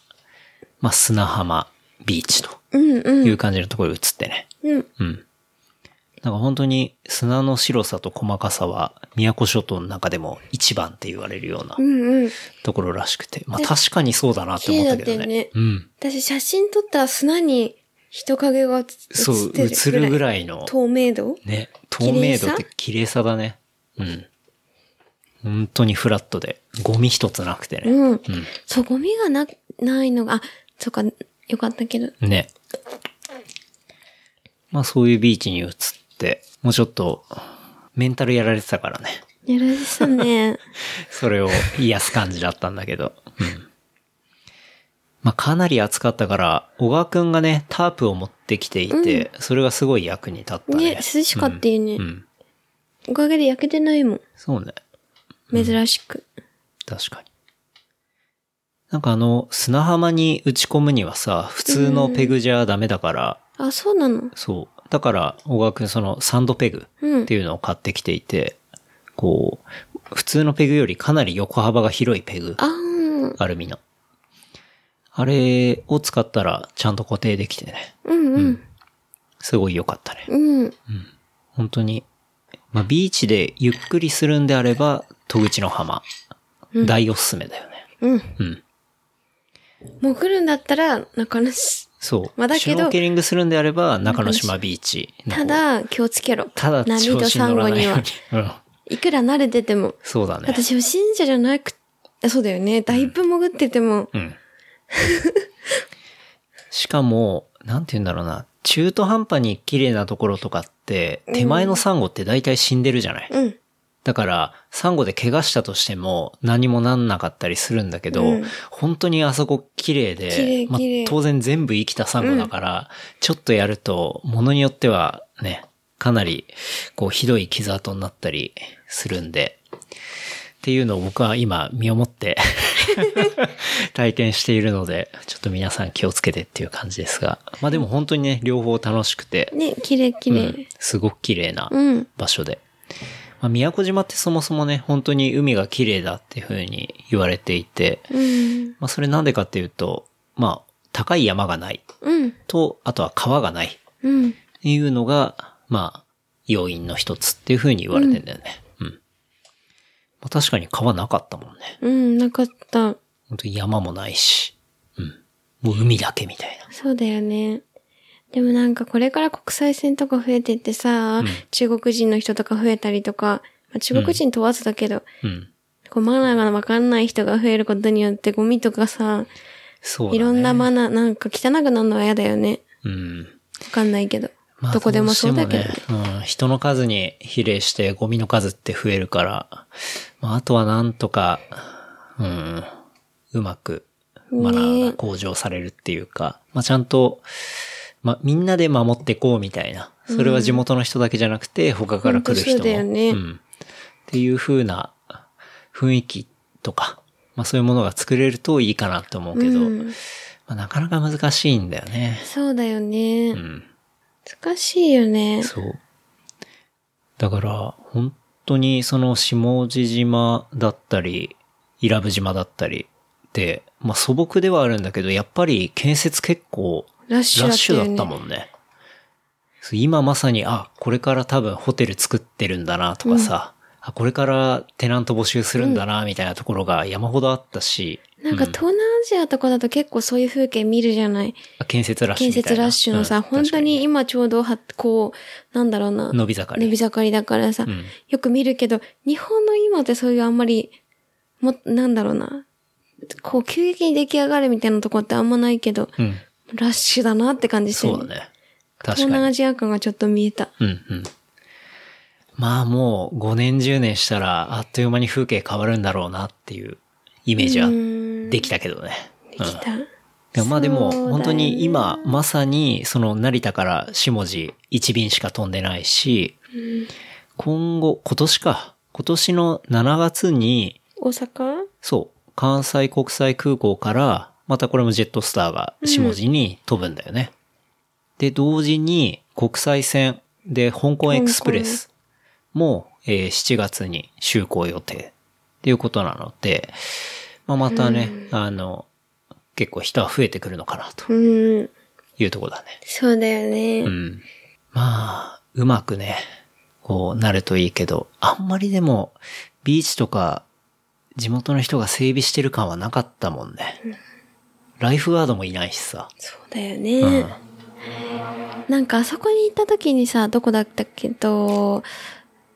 まあ、砂浜ビーチと
うんう
い
ん。
う感じのところに映ってね。
うん。
うん。なんか本当に砂の白さと細かさは、宮古諸島の中でも一番って言われるような
うんうん。
ところらしくて。まあ確かにそうだなって思ったけどね。
綺麗だった
うん。
私写真撮ったら砂に人影が映ってる。
そう、映るぐらいの、
透明度
ね、透明度
綺麗
っ
さ
て綺麗さだね。うん。本当にフラットで、ゴミ一つなくてね。
う
う
ん。
ん
そう、ゴミがな、ないのが、あ、そうか、よかったけど。
ね。まあそういうビーチに移って、もうちょっと、メンタルやられてたからね。
やられて たね。
それを癒す感じだったんだけど。うん。まあかなり暑かったから、小川くんがね、タープを持ってきていて、それがすごい役に立ったね。
ね、涼しかったよね。
うん。
おかげで焼けてないもん。
そうね。
珍しく。
確かに。なんかあの、砂浜に打ち込むにはさ、普通のペグじゃダメだから、
あ、そうなの
そう。だから、小川くん、その、サンドペグ
うん
っていうのを買ってきていて、こう、普通のペグよりかなり横幅が広いペグ、
あー、
アルミの。あれを使ったら、ちゃんと固定できてね、
うんうん。
すごい良かったね。
うん。
本当に。まあ、ビーチでゆっくりするんであれば、戸口の浜、大おすすめだよね。
うん。
うん。
もう来るんだったら、中野市。
そう。
まあだ
シ
け
ュ
ど
ノーケリングするんであれば、中之島ビーチの方。
ただ、気をつけろ。
ただ、
波
調
と
子
サ
に
ン
乗ら
ゴ
ない
に
よう
は
に。。うん。
いくら慣れてても。
そうだね。
私、不審者じゃなく、あそうだよね。だいぶ潜ってても。
うん。 しかも、なんて言うんだろうな、中途半端に綺麗なところとかって、手前のサンゴって大体死んでるじゃない、
うん。
だから、サンゴで怪我したとしても何もなんなかったりするんだけど、
うん
本当にあそこ綺麗で、
綺麗
まあ
綺麗
当然全部生きたサンゴだから、ちょっとやると、ものによってはね、かなり、こう、ひどい傷跡になったりするんで、っていうのを僕は今、身をもって 体験しているので、ちょっと皆さん気をつけてっていう感じですが、まあでも本当にね、両方楽しくて、
ね、綺麗綺
うん
麗。
すごく綺麗な
うん。
場所で。まあ、宮古島ってそもそもね、本当に海が綺麗だっていう風に言われていて、
うん。
まあ、それなんでかっていうと、まあ、高い山がない
うん。
と、あとは川がないっ
うん。
ていうのが、まあ、要因の一つっていう風に言われてんだよね。うん。まあ、確かに川なかったもんね。
うん。なかった。
本当に山もないし、うん。もう海だけみたいな。
そうだよね。でもなんかこれから国際線とか増えてってさ、中国人の人とか増えたりとか、まあ、中国人問わずだけど、
うん。
こうマナーがわかんない人が増えることによってゴミとかさ、
そうだね。
いろんなマナー、なんか汚くなるのは嫌だよね。
うん。
わかんないけど。
まあ
どこでもそうだけどね
どうしてもねうん、人の数に比例してゴミの数って増えるから、まあ、あとはなんとか、うん、うまくマナーが向上されるっていうか、まあ、ちゃんと、まあ、みんなで守ってこうみたいな。それは地元の人だけじゃなくて、他から来る人も。
本当そうだよね
ん。っていう風な雰囲気とか、まあ、そういうものが作れるといいかなと思うけど、
うん
まあ、なかなか難しいんだよね。
そうだよね。
うん。
難しいよね。
そう。だから、本当にその下地島だったり、伊良部島だったりって、まあ素朴ではあるんだけど、やっぱり建設結構
ラッシュ
ラッ
だった
シュ
よ
だ
ね。
ったもんね。そう今まさに、あ、これから多分ホテル作ってるんだなとかさ、あこれからテナント募集するんだなみたいなところが山ほどあったし、
なんか東南アジアとかだと結構そういう風景見るじゃない。
建設ラッシュ
建
みたいな。
設ラッシュのさ、
うん
本当に今ちょうどは、こう、なんだろうな。
伸び盛り。
伸び盛りだからさ、
ん
よく見るけど、日本の今ってそういうあんまり、も、なんだろうな。こう、急激に出来上がるみたいなとこってあんまないけど、
うん。
ラッシュだなって感じする。
そうだね。確か
東
に。
南アジア感がちょっと見えた。
うんうん。まあもう5年10年したらあっという間に風景変わるんだろうなっていうイメージはできたけどね。
できた。
でもまあでも
そうだよね
本当に今まさにその成田から下地1便しか飛んでないし、今後、今年か。今年の7月に、
大阪
そう、関西国際空港からまたこれもジェットスターが下地に飛ぶんだよね。で、同時に国際線で香港エクスプレスも、えー7月に就航予定っていうことなので、まあ、またね、あの、結構人は増えてくるのかなと
うん。
いうところだね。
そうだよね。
うん。まあ、うまくね、こうなるといいけど、あんまりでも、ビーチとか、地元の人が整備してる感はなかったもんね。ライフガードもいないしさ。
そうだよね。
うん。
なんかあそこに行った時にさ、どこだったけど、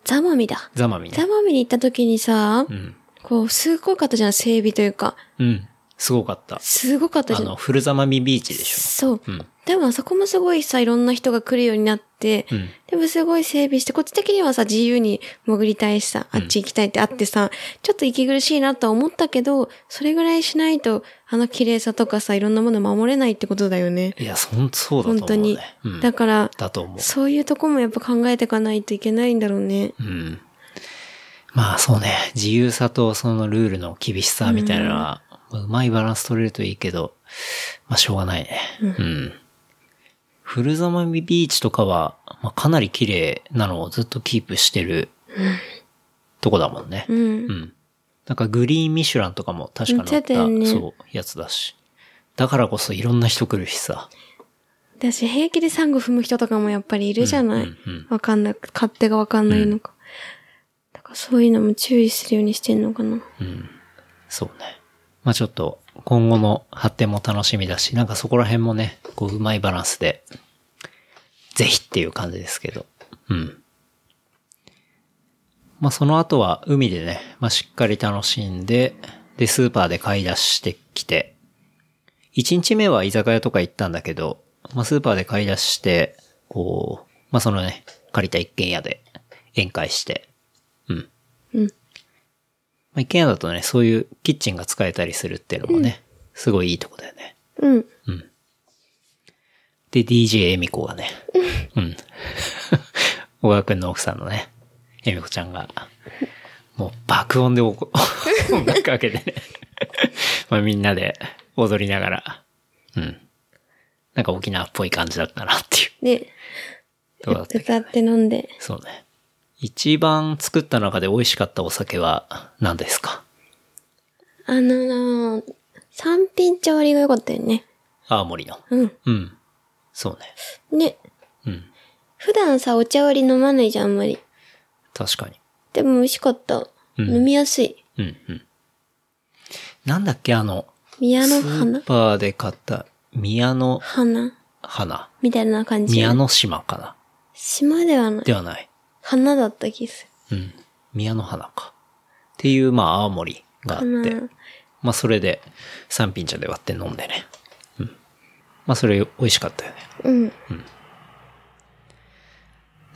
ザマミだ。
ざまみ
ザ
ね。
マミに行った時にさ、
うん。
こう、すごかったじゃん、整備というか。
うん。すごかった。
すごかった
あ
じゃん
の、。古ざまみビーチでし
そう。
ょ。うん。
でもあそこもすごいさ、いろんな人が来るようになって、
うん。
でもすごい整備して、こっち的にはさ、自由に潜りたいしさ、あっち行きたいってあってさ、ちょっと息苦しいなとは思ったけど、それぐらいしないと、あの綺麗さとかさ、いろんなもの守れないってことだよね。
いや、そん、そうだと思う、ね。
本当に。
うん。
だから、
だと思う。
そういうとこもやっぱ考えていかないといけないんだろうね。
うん。まあそうね、自由さとそのルールの厳しさみたいなのは、うまいバランス取れるといいけど、まあしょうがないね。うん。古ザマミビーチとかは、まあ、かなり綺麗なのをずっとキープしてるとこだもんね。
う。
うんん。なんかグリーンミシュランとかも確か
うん
載
出
って
たよ
た、
ね
そう、やつだし。だからこそいろんな人来るしさ。
だし、平気でサンゴ踏む人とかもやっぱりいるじゃない。わ、
うんうん
かんなく、勝手がわかんないのか。だからそういうのも注意するようにしてんのかな。
そうね。まあちょっと、今後の発展も楽しみだし、なんかそこら辺もね、こう、うまいバランスで、ぜひっていう感じですけど。うん。まあその後は海でね、まあしっかり楽しんで、で、スーパーで買い出してきて、1日目は居酒屋とか行ったんだけど、まあスーパーで買い出して、こう、まあそのね、借りた一軒家で宴会して、うん。
うん。
まあ、一軒家だとね、そういうキッチンが使えたりするっていうのもね、すごいいいとこだよね。
うん。
で、DJ エミコがね、うん。 小川くんの奥さんのね、エミコちゃんが、もう爆音でおこ 音楽かけてね、 まあみんなで踊りながら、うん。なんか沖縄っぽい感じだったなっていう
で、
とこだったけど
歌って飲んで。
そうね。一番作った中で美味しかったお酒は何ですか
あのー、三品調理が良かったよね。
青森の。
うん。
うん。そうね。
ね。
うん。
普段さ、お茶割り飲まないじゃん、あんまり。
確かに。
でも美味しかった。
うん
飲みやすい。
うんうん。なんだっけ、あの、
宮の
スー
花
パーで買った宮の
花
花。
みたいな感じ。
宮の島かな。
島ではない。
ではない。
花だった気がす
うん。宮の花か。っていう、まあ、青森があっ
る。
て。
花。
まあ、それで、三品茶で割って飲んでね。うん。まあ、それ美味しかったよね。
うん。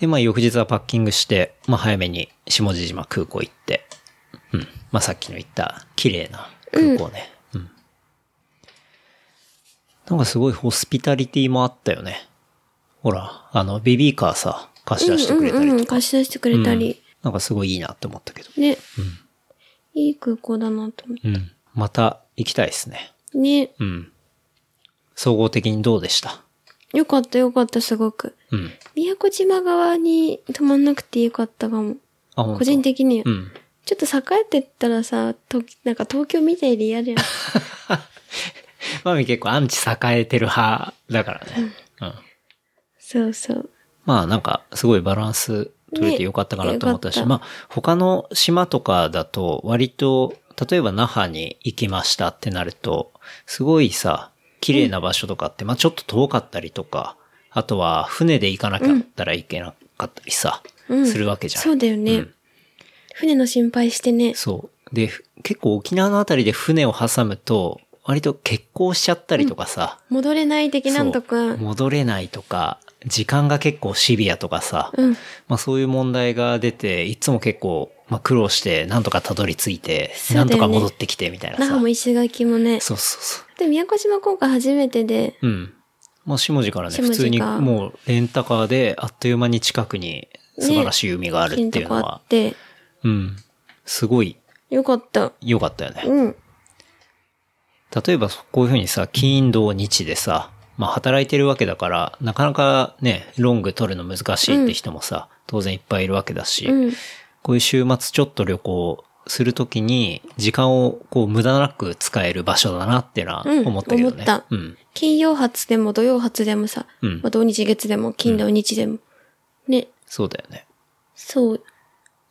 で、まあ翌日はパッキングして、まあ早めに下地島空港行って、うん。まあさっきの言った綺麗な空港ね。うん。なんかすごいホスピタリティもあったよね。ほら、あの、ベビーカーさ、貸し出してくれたりとか。
うんうんうん、貸し出してくれたり。
なんかすごいいいなって思ったけど。
ね。いい空港だなと思っ
うん。また行きたいですね。
て。ね。
うん。総合的にどうでした
よかったよかった、すごく。
うん。
宮古島側に泊まんなくてよかったかも。
あ、本当
個人的には。
うん。
ちょっと栄えてったらさ、となんか東京みたい で嫌だよ。
マミ結構アンチ栄えてる派だからね。うん
そうそう。
まあなんかすごいバランス取れてよかったかなと思ったし、
ねよか
まあ他の島とかだと割と、例えば那覇に行きましたってなると、すごいさ、綺麗な場所とかって、まあちょっと遠かったりとか、あとは船で行かなかったらいけなかったりさ、
うん
するわけじゃん。
そうだよね。
うん
船の心配してね。
そう。で、ふ結構沖縄のあたりで船を挟むと、割と欠航しちゃったりとかさ、
戻れない的なんと
そ
か
う。戻れないとか、時間が結構シビアとかさ、
うん
まあそういう問題が出て、いつも結構、まあ苦労して、なんとかたどり着いて、
そうだ
な
よ
ん
ね
とか戻ってきてみたいな
那
さ。
覇も石垣もね。
そうそうそ
で、宮古島今回初めてで、
う。うん。まあ下地からね、
下地
普
が
通にもうレンタカーであっという間に近くに素晴らしい海がある
金
ってい
と
うの
かあ
は
っ、て、
うん。すごい
よかった。
良かったよね。
うん。
例えばそこういうふうにさ、金土日でさ、まあ働いてるわけだから、なかなかね、ロング取るの難しいって人もさ、当然いっぱいいるわけだし、
うん。
こういう週末ちょっと旅行するときに、時間をこう無駄なく使える場所だなっていうのは
うん
思ったけどね。
思った
うん。
金曜発でも土曜発でもさ、
うん
まあ、土日月でも金土日でも、ね、
そうだよね。
そう、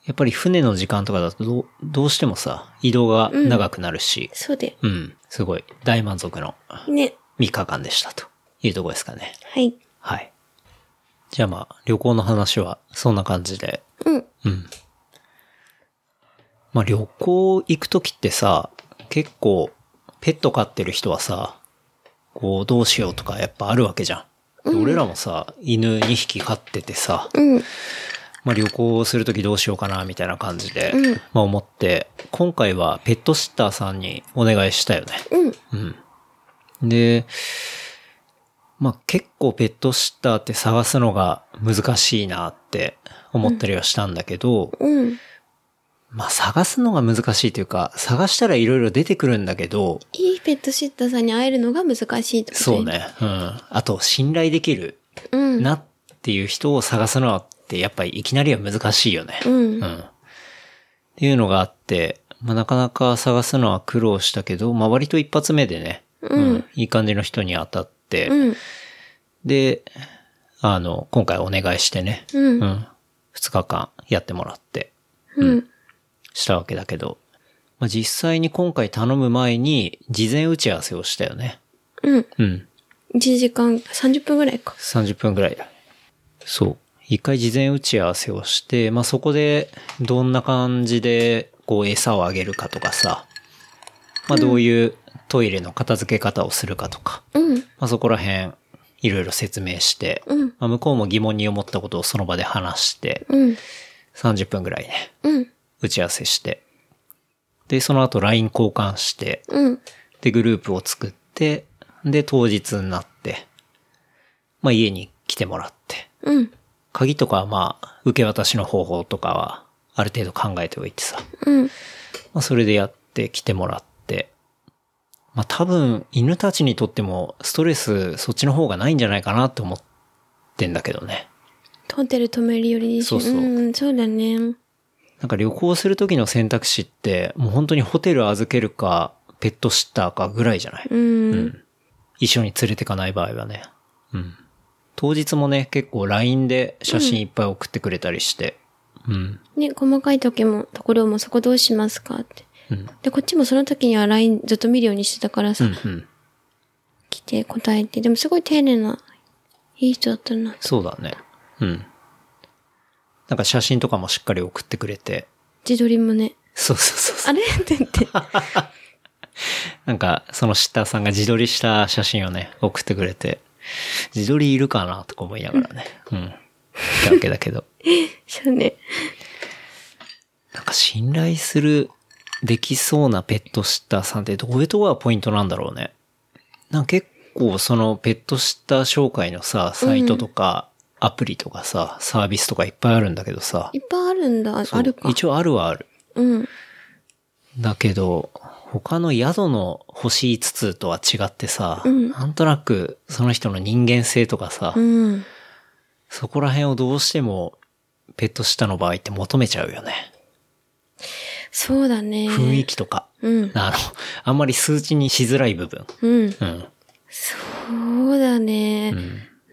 やっぱり船の時間とかだとどう、どうしてもさ、移動が長くなるし、
そうで。
うん、すごい大満足の
ね、
3日間でしたというところですかね。
はい。
はい。じゃあまあ、旅行の話はそんな感じで。
うん。
うん。まあ旅行行くときってさ、結構、ペット飼ってる人はさ、こうどうしようとかやっぱあるわけじゃん。で俺らもさ、犬2匹飼っててさ、
うん。
まあ、旅行するときどうしようかな、みたいな感じで、まあ思って、今回はペットシッターさんにお願いしたよね。
うん。
うん。で、まあ結構ペットシッターって探すのが難しいなって思ったりはしたんだけど、
うん。
まあ探すのが難しいというか、探したらいろいろ出てくるんだけど、
いいペットシッターさんに会えるのが難しいってこと
そう。ね。うん。あと信頼できる
うん。
なっていう人を探すのはってやっぱりいきなりは難しいよね。
うん。
うん。っていうのがあって、まあ、なかなか探すのは苦労したけど、まあ、割と一発目でね、
うん
いい感じの人に当たって、
うん。
で、あの、今回お願いしてね、
う。
うんん、2日間やってもらって
うん。
したわけだけど、まあ、実際に今回頼む前に事前打ち合わせをしたよね。
うん。
うん。
1時間30分ぐらいか。
30分ぐらいだ。そう。一回事前打ち合わせをして、まあ、そこでどんな感じでこう餌をあげるかとかさ、まあ、どういうトイレの片付け方をするかとか、
うん。
まあ、そこら辺いろいろ説明して、
うん。
まあ、向こうも疑問に思ったことをその場で話して、
うん。
30分ぐらいね、
うん。
打ち合わせして、で、その後 LINE 交換して、
うん。
で、グループを作って、で、当日になって、まあ、家に来てもらって、
うん。
鍵とかはまあ、受け渡しの方法とかは、ある程度考えておいてさ、
うん。
まあ、それでやって来てもらって、まあ、多分、犬たちにとっても、ストレス、そっちの方がないんじゃないかなって思ってんだけどね。
ホテル泊めるよりいいし
そうそう
うん、そうだね。
なんか旅行する時の選択肢って、もう本当にホテル預けるか、ペットシッターかぐらいじゃない
うん。
一緒に連れてかない場合はね。うん。当日もね、結構 LINE で写真いっぱい送ってくれたりして。うん。
ね、細かい時も、ところもそこどうしますかって。
うん。
で、こっちもその時には LINE ずっと見るようにしてたから
う
さ、
ん。うん。
来て答えて。でもすごい丁寧な、いい人だったな。
そうだね。うん。なんか写真とかもしっかり送ってくれて。
自撮りもね。
そうそうそうそ
あれって 言って。
う。なんか、そのシッターさんが自撮りした写真をね、送ってくれて。自撮りいるかなとか思いながらね。うん。ってわけだけど。
そうね。
なんか信頼する、できそうなペットシッターさんってどういうとこがポイントなんだろうね。なんか結構そのペットシッター紹介のさ、サイトとか、アプリとかさ、サービスとかいっぱいあるんだけどさ
い。っぱいあるんだ。あるか。
一応あるはある。
うん。
だけど、他の宿の星5つとは違ってさ、なんとなくその人の人間性とかさ、
うん。
そこら辺をどうしてもペットシッターの場合って求めちゃうよね。
そうだね。
雰囲気とか。
うん。
あの、あんまり数値にしづらい部分。
うん。
うん。
そうだね。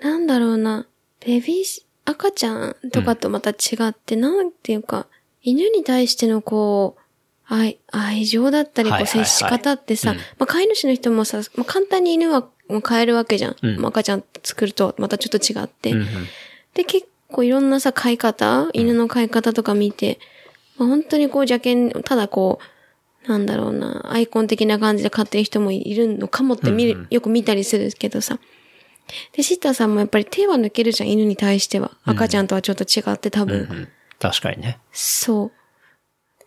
なんだろうな。ベビーシ、赤ちゃんとかとまた違って、なんていうか、犬に対してのこう、愛、愛情だったり、こ、
はいうはいは
接
い
し方ってさ、
うん
まあ、飼い主の人もさ、まあ、簡単に犬はもう飼えるわけじゃん。
うん
まあ赤ちゃん作るとまたちょっと違って。
うんうん。
で、結構いろんなさ、飼い方、犬の飼い方とか見て、まあ、本当にこう、邪険、ただこう、なんだろうな、アイコン的な感じで飼ってる人もいるのかもって見る、
うんうん
よく見たりするけどさ。で、シッターさんもやっぱり手は抜けるじゃん、犬に対しては。赤ちゃんとはちょっと違って多
うん
分。
うん。確かにね。
そう。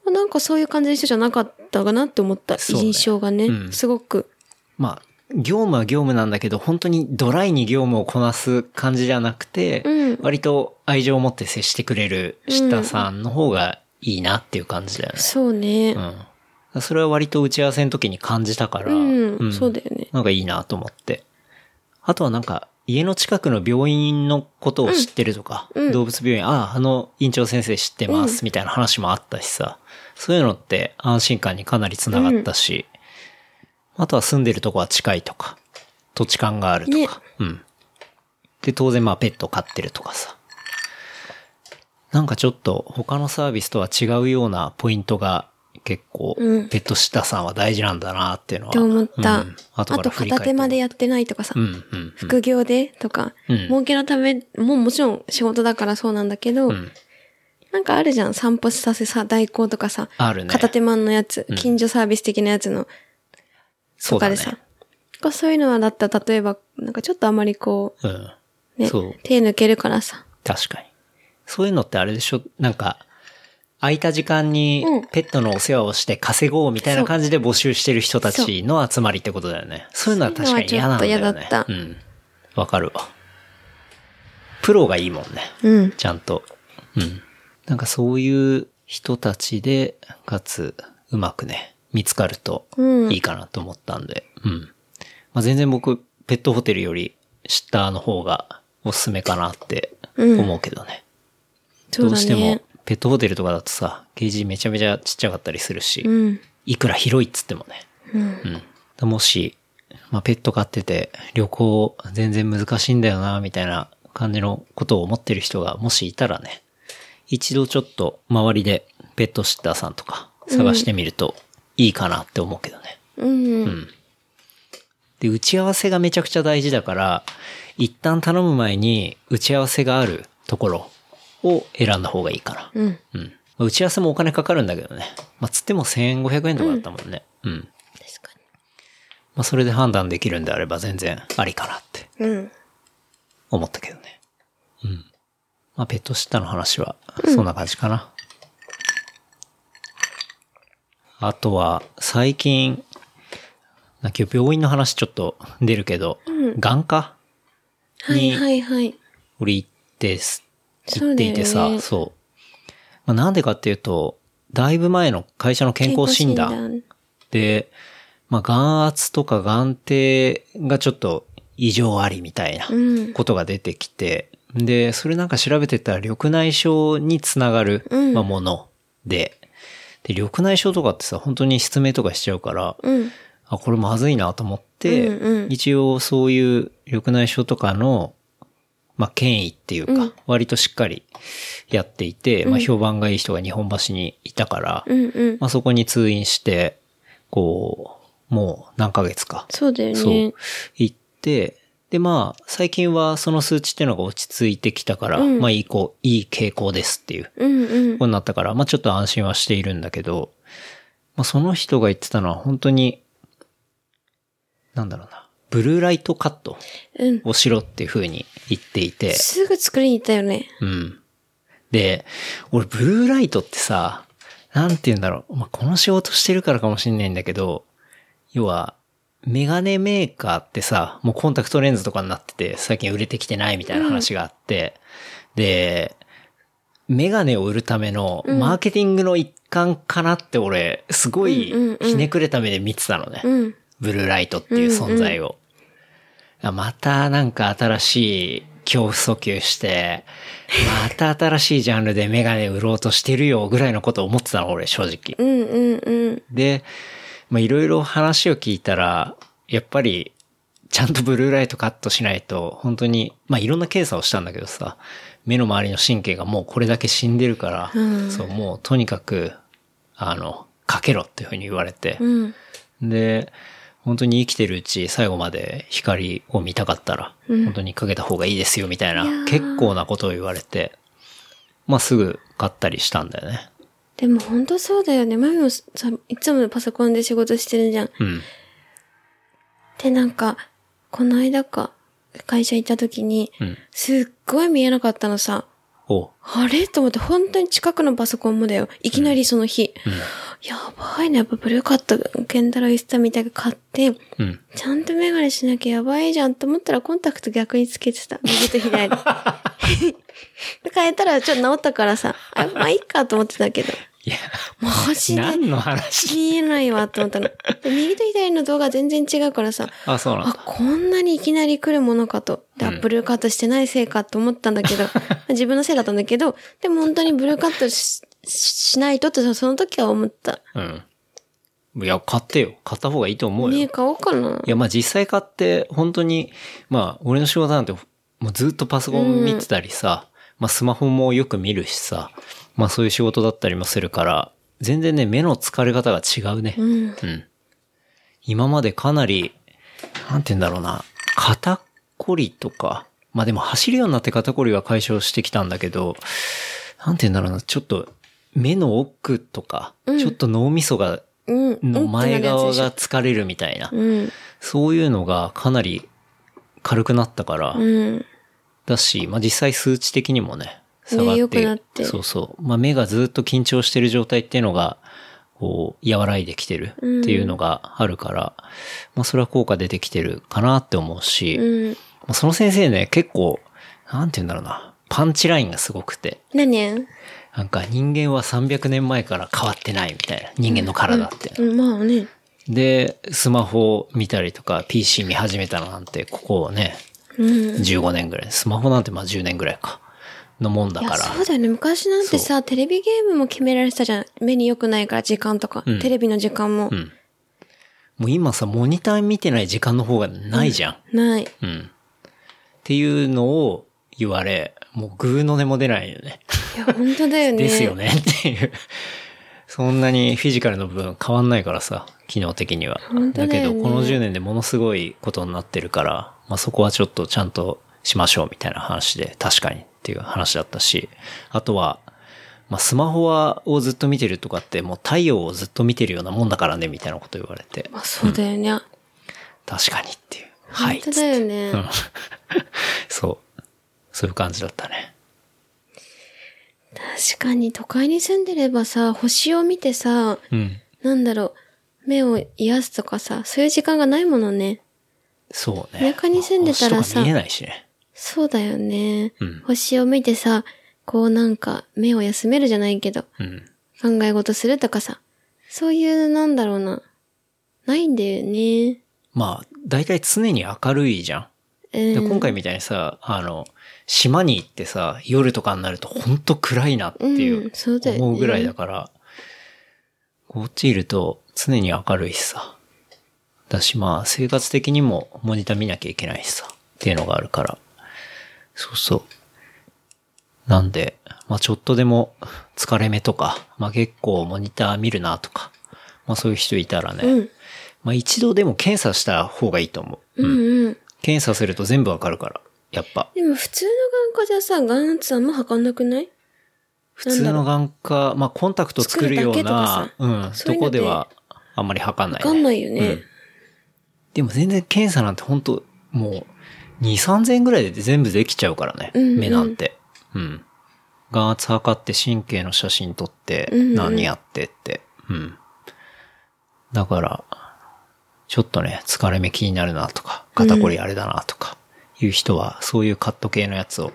でもなんかそういう感じの人じゃなかったかなって思った
そうね
印象がね、
うん
すごく。
まあ、業務は業務なんだけど、本当にドライに業務をこなす感じじゃなくて、
うん
割と愛情を持って接してくれるシッターさんの方がいいなっていう感じだよね。
そうね。
うん。それは割と打ち合わせの時に感じたから、
うん、
うん
そうだよね。
なんかいいなと思って。あとはなんか、家の近くの病院のことを知ってるとか、動物病院、ああ、あの院長先生知ってます、みたいな話もあったしさ、そういうのって安心感にかなりつながったし、あとは住んでるとこは近いとか、土地勘があるとか、
ね
うん。で、当然まあペット飼ってるとかさ、なんかちょっと他のサービスとは違うようなポイントが結構
うん、
ペットシッターさんは大事なんだなっていうのは。
と思った。
うん
あ
後から
と
振り返
片
って
手
も
までやってないとかさ、
うんうんうん。
副業でとか、
うん
儲けのため、もうもちろん仕事だからそうなんだけど、
うん
なんかあるじゃん。散歩させさ、代行とかさ、
あるね。
片手間のやつ、
うん
近所サービス的なやつの
そ
と
うだ
か
ね
でさ。そうそういうのはだったら、例えば、なんかちょっとあまりこ
うん。
う、ね
そう、
手抜けるからさ。
確かに。そういうのってあれでしょなんか、空いた時間に
うん
ペットのお世話をして稼ごうみたいな感じで募集してる人たちの集まりってことだよね。そういうのは確かに嫌なんだよね。
そういうのはちょっと
うん。わかるわ。プロがいいもんね。
うん。
ちゃんと。うん。なんかそういう人たちで、かつ、うまくね、見つかると
うん
いいかなと思ったんで。うん。まあ、全然僕、ペットホテルより、シッターの方がおすすめかなって
うん
思うけどね。
そう
どう
だ
しても
ね。、
ペットホテルとかだとさ、ケージめちゃめちゃちっちゃかったりするし、
うん。
いくら広いっつってもね。
うん。
うん。もし、まあ、ペット飼ってて、旅行全然難しいんだよな、みたいな感じのことを思ってる人がもしいたらね、一度ちょっと周りでペットシッターさんとか探してみるといいかなって思うけどね。
うん。
んで、打ち合わせがめちゃくちゃ大事だから、一旦頼む前に打ち合わせがあるところを選んだ方がいいかな。
うん。
うん。まあ打ち合わせもお金かかるんだけどね。まあ、つっても1500円とかだったもんね。うん
確か
まあ、それで判断できるんであれば全然ありかなって
に。うん。
思ったけどね。うん。まあ、ペットシッターの話は、そんな感じかな。あとは、最近、なんか今日病院の話ちょっと出るけど、眼科
はいはいはい。
俺行ってす、
そ
行っ
うだ
て
よ
い
ね
てさ、そう,、まあ、なんでかっていうと、だいぶ前の会社の健康診断で、まあ、眼圧とか眼底がちょっと異常ありみたいな
うん
ことが出てきて、で、それなんか調べてたら緑内障につながる、
うん
まあ、もので、で、緑内障とかってさ、本当に失明とかしちゃうから、
うん。
あ、これまずいなと思って、
うんうん
一応そういう緑内障とかの、まあ、権威っていうか、
うん
割としっかりやっていて、まあ、評判がいい人が日本橋にいたから、
うんうん。
まあ、そこに通院して、こう、もう何ヶ月か。
そうだよ
そう
ね。。
行って、で、まあ、最近はその数値っていうのが落ち着いてきたから、
うん
まあ、いいこう、いい傾向ですっていう
うんうん
こ。とになったから、まあ、ちょっと安心はしているんだけど、まあ、その人が言ってたのは本当に、なんだろうな、ブルーライトカット
うん。
をしろっていう風に言っていて、
すぐ作りに行ったよね。
うん。で、俺、ブルーライトってさ、なんて言うんだろう。まあ、この仕事してるからかもしんないんだけど、要は、メガネメーカーってさ、もうコンタクトレンズとかになってて、最近売れてきてないみたいな話があって、で、メガネを売るためのマーケティングの一環かなって俺、すごい
うんうんうん
ひねくれた目で見てたのね。
うん。
ブルーライトっていう存在を。あまたなんか新しい恐怖訴求して、また新しいジャンルでメガネ売ろうとしてるよぐらいのことを思ってたの、俺、正直。
うんうんうん。
で、まあ、いろいろ話を聞いたら、やっぱり、ちゃんとブルーライトカットしないと、本当に、まあ、いろんな検査をしたんだけどさ、目の周りの神経がもうこれだけ死んでるから、
うん
そう、もうとにかく、あの、かけろっていうふうに言われて、
うん。
で、本当に生きてるうち最後まで光を見たかったら、本当にかけた方がいいですよみたいな、
いやー
結構なことを言われて、まあすぐ買ったりしたんだよね。
でも本当そうだよね。マミもさ、いつもパソコンで仕事してるじゃん。
うん。
で、なんか、この間か、会社行った時に、
うん。
すっごい見えなかったのさ。
お
あれと思って、本当に近くのパソコンもだよ。いきなりその日。やばいね。やっぱブルーカット、ケンタロウイスタみたいなの買って、
うん。
ちゃんとメガネしなきゃやばいじゃんと思ったらコンタクト逆につけてた。右 と左。で変えたらちょっと治ったからさ、あまあいいかと思ってたけど、
いや、
マジで
何の話
見えないわと思ったの。で右と左の動画全然違うからさ、
あ、そうなん
あ
だ。、
こんなにいきなり来るものかと。で、あブルーカットしてないせいかと思ったんだけ ど、自分のせいだったんだけど、でも本当にブルーカットしししないとってさその時は思った。
うん。いや、買ってよ。買った方がいいと思うよ。
ねえ、買おうかな。
いや、まあ実際買って、本当に、まあ、俺の仕事なんて、もうずっとパソコン見てたりさ、まあスマホもよく見るしさ、まあそういう仕事だったりもするから、全然ね、目の疲れ方が違うね。
うん。
うん。今までかなり、なんて言うんだろうな、肩こりとか、まあでも走るようになって肩こりは解消してきたんだけど、なんて言うんだろうな、ちょっと目の奥とか、
うん
ちょっと脳みそが、
うん。うん
の前側。
ってなるや
が
つでし
疲れるみたいな
ょ、うん。
そういうのがかなり軽くなったから、
うん。
だし、まあ、実際数値的にもね、下が
ね
っ
良
て、
くなって
そうそう。まあ、目がずっと緊張してる状態っていうのが、こう、和らいできてるっていうのがあるから、まあ、それは効果出てきてるかなって思うし、ま
うん。
あ、その先生ね、結構、なんて言うんだろうな、パンチラインがすごくて、
何
なんか人間は300年前から変わってないみたいな、人間の体って。
うんまあね。
で、スマホを見たりとか、PC 見始めたのなんて、ここをね、
うん。
15年ぐらい。スマホなんてまあ10年ぐらいか。のもんだ
い
か
や、
ら。
そうだよね。昔なんてさ、テレビゲームも決められてたじゃん。目に良くないから、時間とか、
うん
テレビの時間も
う。ん。もう今さ、モニター見てない時間の方がないじゃ
ない。
ん。うん。っていうのを言われ、もうグーの音も出ないよね。
いや、本当だよね。
ですよ。ねっていう。そんなにフィジカルの部分変わんないからさ、機能的には。
本当だよ
け
ね
ど、この10年でものすごいことになってるから、まあそこはちょっとちゃんとしましょうみたいな話で、確かにっていう話だったし、あとは、まあスマホはをずっと見てるとかって、もう太陽をずっと見てるようなもんだからね、みたいなこと言われて、
まあ、そうだよね。
確かにっていう。は
本
い。
当だよね。
うん そう。そういう感じだったね。
確かに、都会に住んでればさ、星を見てさ、
うん。
なんだろう、目を癒すとかさ、そういう時間がないものね。
そうね。
田舎に住んでたらさ
星とか見えないしね。
そうだよね。
うん
星を見てさ、こうなんか、目を休めるじゃないけど、
うん。
考え事するとかさ、そういう、なんだろうな、ないんだよね。
まあ、大体常に明るいじゃ。
うん
で
ん。
今回みたいにさ、あの、島に行ってさ、夜とかになると本当暗いなって
う
い
んそうだよね
思うぐらいだから、こっちいると常に明るいしさ。だしまあ、生活的にもモニター見なきゃいけないしさ、っていうのがあるから。そうそう。なんで、まあちょっとでも疲れ目とか、まあ結構モニター見るなとか、まあそういう人いたらね、
うん。
まあ一度でも検査した方がいいと思う。
うんうん。
検査すると全部わかるから、やっぱ。
でも普通の眼科じゃさ、眼圧あんま測んなくない
普通の眼科、まあコンタクト作るよう
作るだ
な
け、と
う
か
ん、
そう
と
いうの
こ
って
ではあんまり測んない、
わかんないよね
うんでも全然検査なんて本当もう、2、3000円ぐらいで全部できちゃうからね。
うんうん
目なんて。うん。眼圧測って神経の写真撮って、
うんうん
何やってって。うん。だから、ちょっとね、疲れ目気になるなとか、肩こりあれだなとか、いう人は、そういうカット系のやつを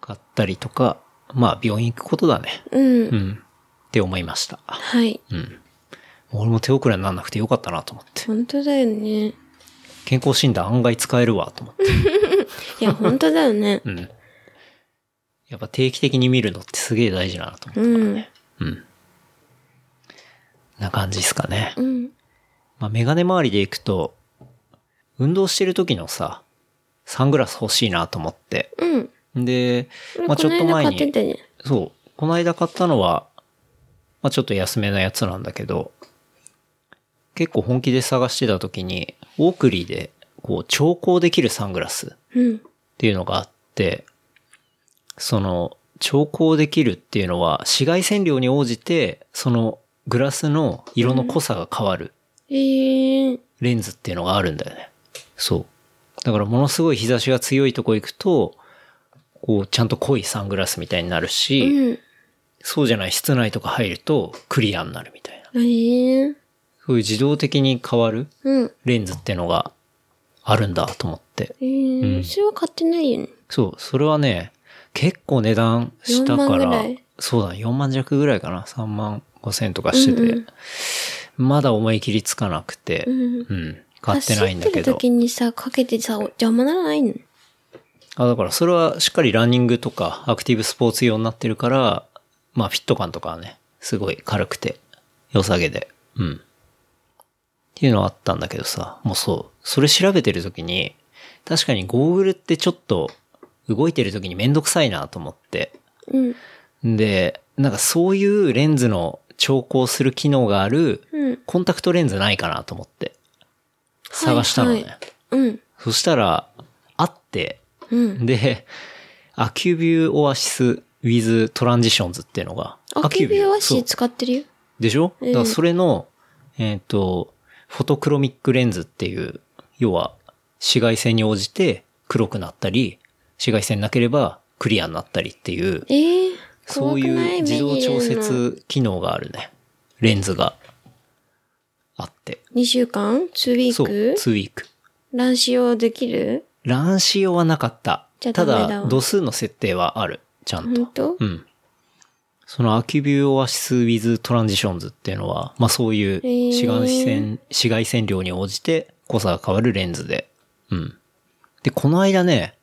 買ったりとか、まあ病院行くことだね。
うん。
うん。って思いました。
はい。
うん。俺も手遅れにならなくてよかったなと思って。
本当だよね。
健康診断案外使えるわと思って。
いや、本当だよね。
うん。やっぱ定期的に見るのってすげえ大事だなと思
う
って。
ん。
うん。な感じですかね
う。ん。
まあ、メガネ周りで行くと、運動してる時のさ、サングラス欲しいなと思って。
うん。
で、ま
ま
あ、ちょっと前
買って
に、
たね。
そう、この間買ったのは、まあ、ちょっと安めのやつなんだけど、結構本気で探してた時に、オークリーで、こう、調光できるサングラス
うん。
っていうのがあって、その、調光できるっていうのは、紫外線量に応じて、そのグラスの色の濃さが変わる
えー、
レンズっていうのがあるんだよね。そう。だからものすごい日差しが強いとこ行くと、こう、ちゃんと濃いサングラスみたいになるし、
うん。
そうじゃない室内とか入るとクリアになるみたいな。
えー、
そういう自動的に変わる
うん。
レンズっていうのがあるんだと思って。
えーそれは買ってないよね。
そう、それはね、結構値段したか
4万ぐ
ら
らい、
そうだ、4万弱ぐらいかな。3万5千とかしてて、
うん
まだ思い切りつかなくて、
う
うん、
ん。
買ってないんだ
走
け
ってる
ど。
時にさ、かけてさ、邪魔ならないの
あ、だからそれはしっかりランニングとかアクティブスポーツ用になってるから、まあフィット感とかはね、すごい軽くて、良さげで、うん。っていうのはあったんだけどさ、もうそう、それ調べてる時に、確かにゴーグルってちょっと動いてる時にめんどくさいなと思って。
うん。
で、なんかそういうレンズの調光する機能がある
うん。
コンタクトレンズないかなと思って探したのね。
はいはいうん。
そしたら、あって、
うん。
で、アキュビューオアシス with transitions っていうのが。
アキビオアシ
そう
使ってるよ。
でしょ、
うん
だからそれの、えっ、と、フォトクロミックレンズっていう、要は紫外線に応じて黒くなったり、紫外線なければクリアになったりっていう、
ええ
そ
怖
う
くな
い
い
う自動調。
目に入れるの
節機能があるね。レンズがあって。
2週間 ?2 ウィ
そ
ー
う、
ク
2ウィーク。
乱視用できる
乱視用はなかった。
じゃあ
た
ダメだ
だ、
わ
度数の設定はある。ちゃんと
本。当
うん。そのアキュビューオアシス with transitions っていうのは、まあそういう紫外線、紫外線量に応じて濃さが変わるレンズで。うん。で、この間ね、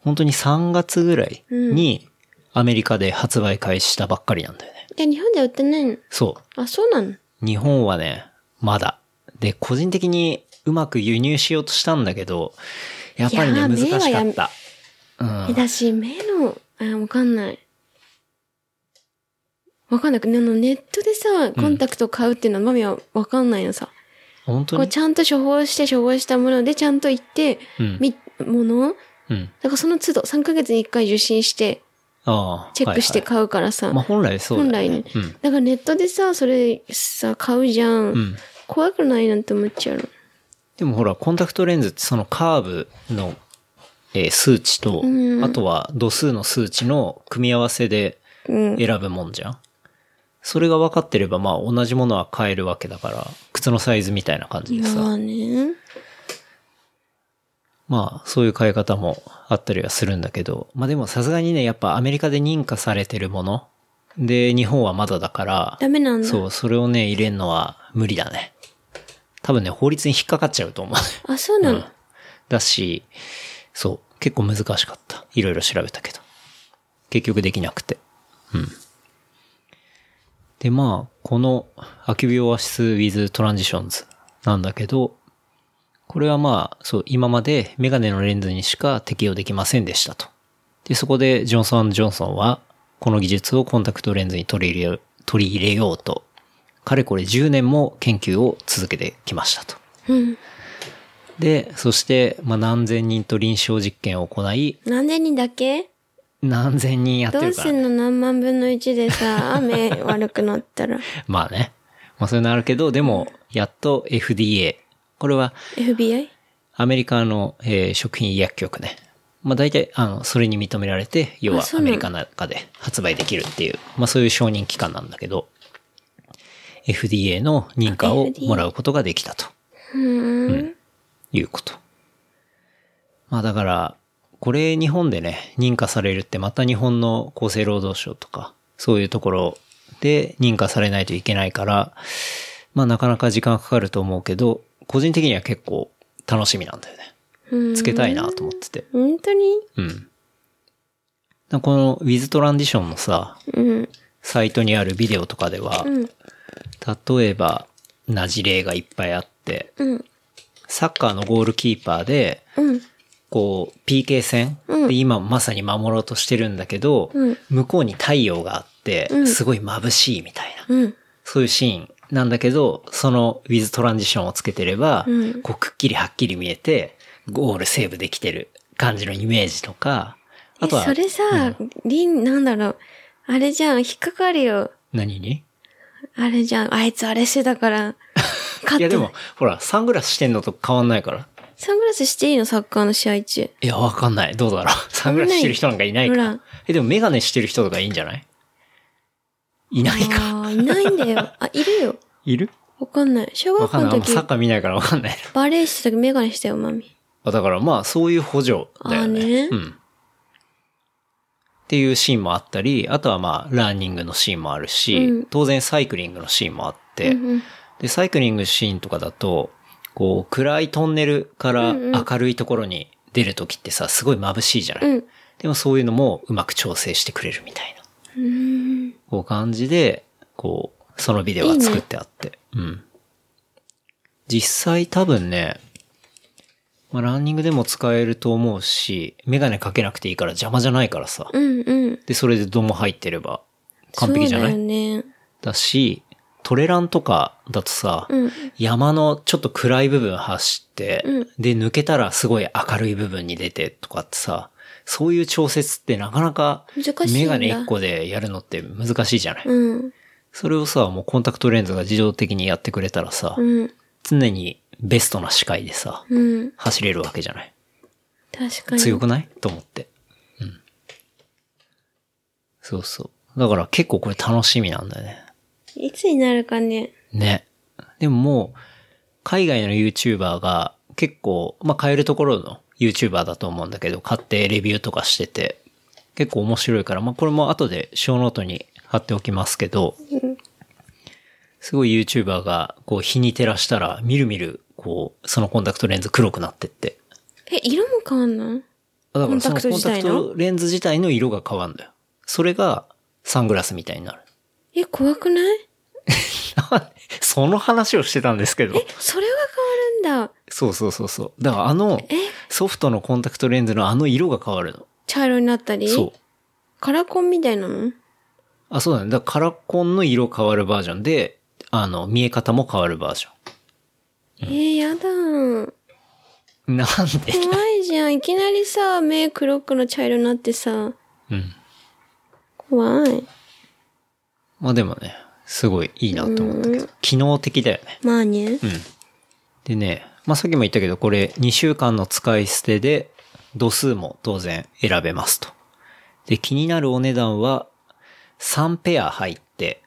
本当に3月ぐらいにアメリカで発売開始したばっかりなんだよね。
いや、日本では売ってないの。
そ
あ、そうなの
う。日本はね、まだ。で、個人的にうまく輸入しようとしたんだけど、やっぱり
いや
ね、難
ー
し
目は
か
や
っ
め
た。うん
え、。だし、目の、あ、わかんない。わかんなく、あの、ネットでさ、コンタクト買うっていうのは、マミはわかんないのさ。
本当
こう、
に
ちゃんと処方して、処方したもので、ちゃんと行って、
うん
み、もの
うん。
だからその都度、3ヶ月に1回受診して、
ああ。
チェックして
はい
買うからさ。
はいまあ本来そうだ
本
よ
来
ね
ね。
うん。
だからネットでさ、それさ、買うじゃん。
うん
怖くないなんて思っちゃうの。
でもほら、コンタクトレンズってそのカーブの、えー数値と、
うん
あとは度数の数値の組み合わせで
うん。
選ぶもんじゃん。それが分かってれば、まあ同じものは買えるわけだから、靴のサイズみたいな感じで
ま
さ、
あね。
まあそういう買い方もあったりはするんだけど、まあでもさすがにね、やっぱアメリカで認可されてるもの、で、日本はまだだから、
ダメなんだ。
そう、それをね、入れんのは無理だね。多分ね、法律に引っかかっちゃうと思う。
あ、そうなの。
だし、そう、結構難しかった。いろいろ調べたけど。結局できなくて。うん。で、まあ、この、アキュビオアシス with transitions なんだけど、これはまあ、そう、今までメガネのレンズにしか適用できませんでしたと。で、そこでジョンソン・ジョンソンは、この技術をコンタクトレンズに取り入れよう、取り入れようと、かれこれ10年も研究を続けてきましたと。
うん。
で、そして、まあ、何千人と臨床実験を行い、
何千人だけ
何千人やって
どう
るか
す
ら、
ん
ね。
の何万分の1で さ、目悪くなったら。
まあね。まあ、そういうのあるけど、でも、やっと FDA。これは、
FBI?
アメリカの、えー食品医薬局ね。まあ、大体、あの、それに認められて、要は
あそ
ア
うな
メ
の
リカの中で発売できるっていう、まあ、そういう承認機関なんだけど、FDA の認可をもらうことができたと。
うーん。
いうこと。まあだから、これ日本でね、認可されるってまた日本の厚生労働省とか、そういうところで認可されないといけないから、まあなかなか時間かかると思うけど、個人的には結構楽しみなんだよ
う
ね。つけたいなと思ってて。
本当に
うん。だからこの With Transition のさ、
うん。
サイトにあるビデオとかでは、
うん。
例えば、な事例がいっぱいあって、
うん。
サッカーのゴールキーパーで、
うん。
こう、PK 戦で今まさに守ろうとしてるんだけど、
うん
向こうに太陽があって、
うん
すごい眩しいみたいな、
うん。
そういうシーンなんだけど、その with トランジションをつけてれば、
うん
こうくっきりはっきり見えて、ゴールセーブできてる感じのイメージとか、あと
え、
は
そ、れさ、りん、なんだろう。あれじゃん、引っかかるよ。
何に
あれじゃん、あいつあれしてたから。勝
いや
っ
で
て
も、ほら、サングラスしてんのと変わんないから。
サングラスしていいのサッカーの試合中。
いや、わかんない。どう だろう。サングラスしてる人なんかいないか
ほ
ら
ら。
え、でもメガネしてる人とかいいんじゃないいないか。
ああ、いないんだ よ。あ、いるよ。
いる
わかんない。小
わ
学
か
校
ん
の
ない。あんま
時
サ、ッカー見ないからわかんない。
バレーしてた時メガネしたよ、マミ。
あだからまあそういう補助だよね。
あーね
うん。っていうシーンもあったり、あとはまあランニングのシーンもあるし、
うん
当然サイクリングのシーンもあって、
うんうん
で、サイクリングシーンとかだと、こう暗いトンネルから明るいところに出るときってさ、すごい眩しいじゃない、
うん。
でもそういうのもうまく調整してくれるみたいな。こう感じで、こう、そのビデオが作ってあって。うん。実際多分ね、まあ、ランニングでも使えると思うし、メガネかけなくていいから邪魔じゃないからさ。
うんうん。
で、それで度も入ってれば完璧じゃない
そうだよね。
だし、トレランとかだとさ、
うん。
山のちょっと暗い部分走って、
うん
で、抜けたらすごい明るい部分に出てとかってさ、そういう調節ってなかなか
難しいんだ
メガネ1個でやるのって難しいじゃない、
うん。
それをさ、もうコンタクトレンズが自動的にやってくれたらさ、
うん。
常にベストな視界でさ、
うん。
走れるわけじゃない
確かに。
強くないと思って。うん。そうそう。だから結構これ楽しみなんだよね。
いつになるかね。
ね。でももう、海外の YouTuber が結構、まあ、買えるところの YouTuber だと思うんだけど、買ってレビューとかしてて、結構面白いから、まあ、これも後で小ノートに貼っておきますけど、すごい YouTuber が、こう、日に照らしたら、みるみる、こう、そのコンタクトレンズ黒くなってって。
え、色も変わんの
だからその
コンタク
コ
ト
ン
自
タク
体の
トレンズ自体の色が変わるんだよ。それが、サングラスみたいになる。
え、怖くない
その話をしてたんですけど。
それが変わるんだ。
そうそうそうそう。だからあの、ソフトのコンタクトレンズのあの色が変わるの。
茶色になったり。
そう。
カラコンみたいなの
あ、そうだね。だからカラコンの色変わるバージョンで、あの、見え方も変わるバージ
えー、やだー。
ョン。なんで
怖いじゃん。いきなりさ、目黒くの茶色になってさ、
うん。
怖い。
まあでもね、すごいいいなと思ったけど、機能的だよね。
まあね。
うん。でね、まあさっきも言ったけど、これ2週間の使い捨てで、度数も当然選べますと。で、気になるお値段は、3ペア入って、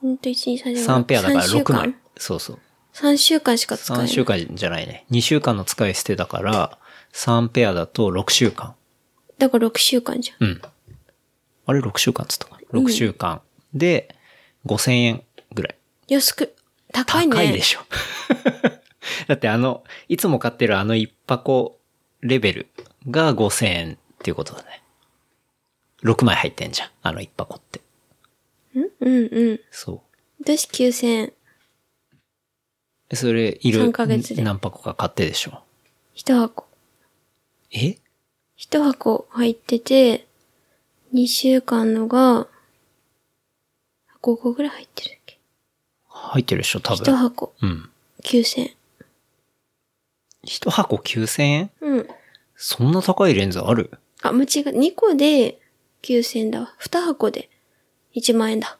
ほんと1、2、3、
3ペアだから
三週
6
間
枚。そうそう。
3週間しか使えな
3
い。
週間じゃないね。2週間の使い捨てだから、3ペアだと6週間。
だから6週間じゃん。
うん。あれ ?6 週間っつったかな。6週間。で、5000円ぐらい。
安く、高いね。
高いでしょ。 だってあの、いつも買ってるあの1箱レベルが5000円っていうことだね。6枚入ってんじゃん。あの1箱って。
うんうん。
そ
私9000円。
う。それ、いる
三ヶ月で
何箱か買ってでしょ。
1箱。
え
1箱入ってて、2週間のが、5個ぐらい入ってるっけ。
入ってるでしょ、多
1
分。
箱
うん。
9000円。
1箱9000円
うん。
そんな高いレンズある
あ、間違え、2個で9000円だわ。2箱で1万円だ。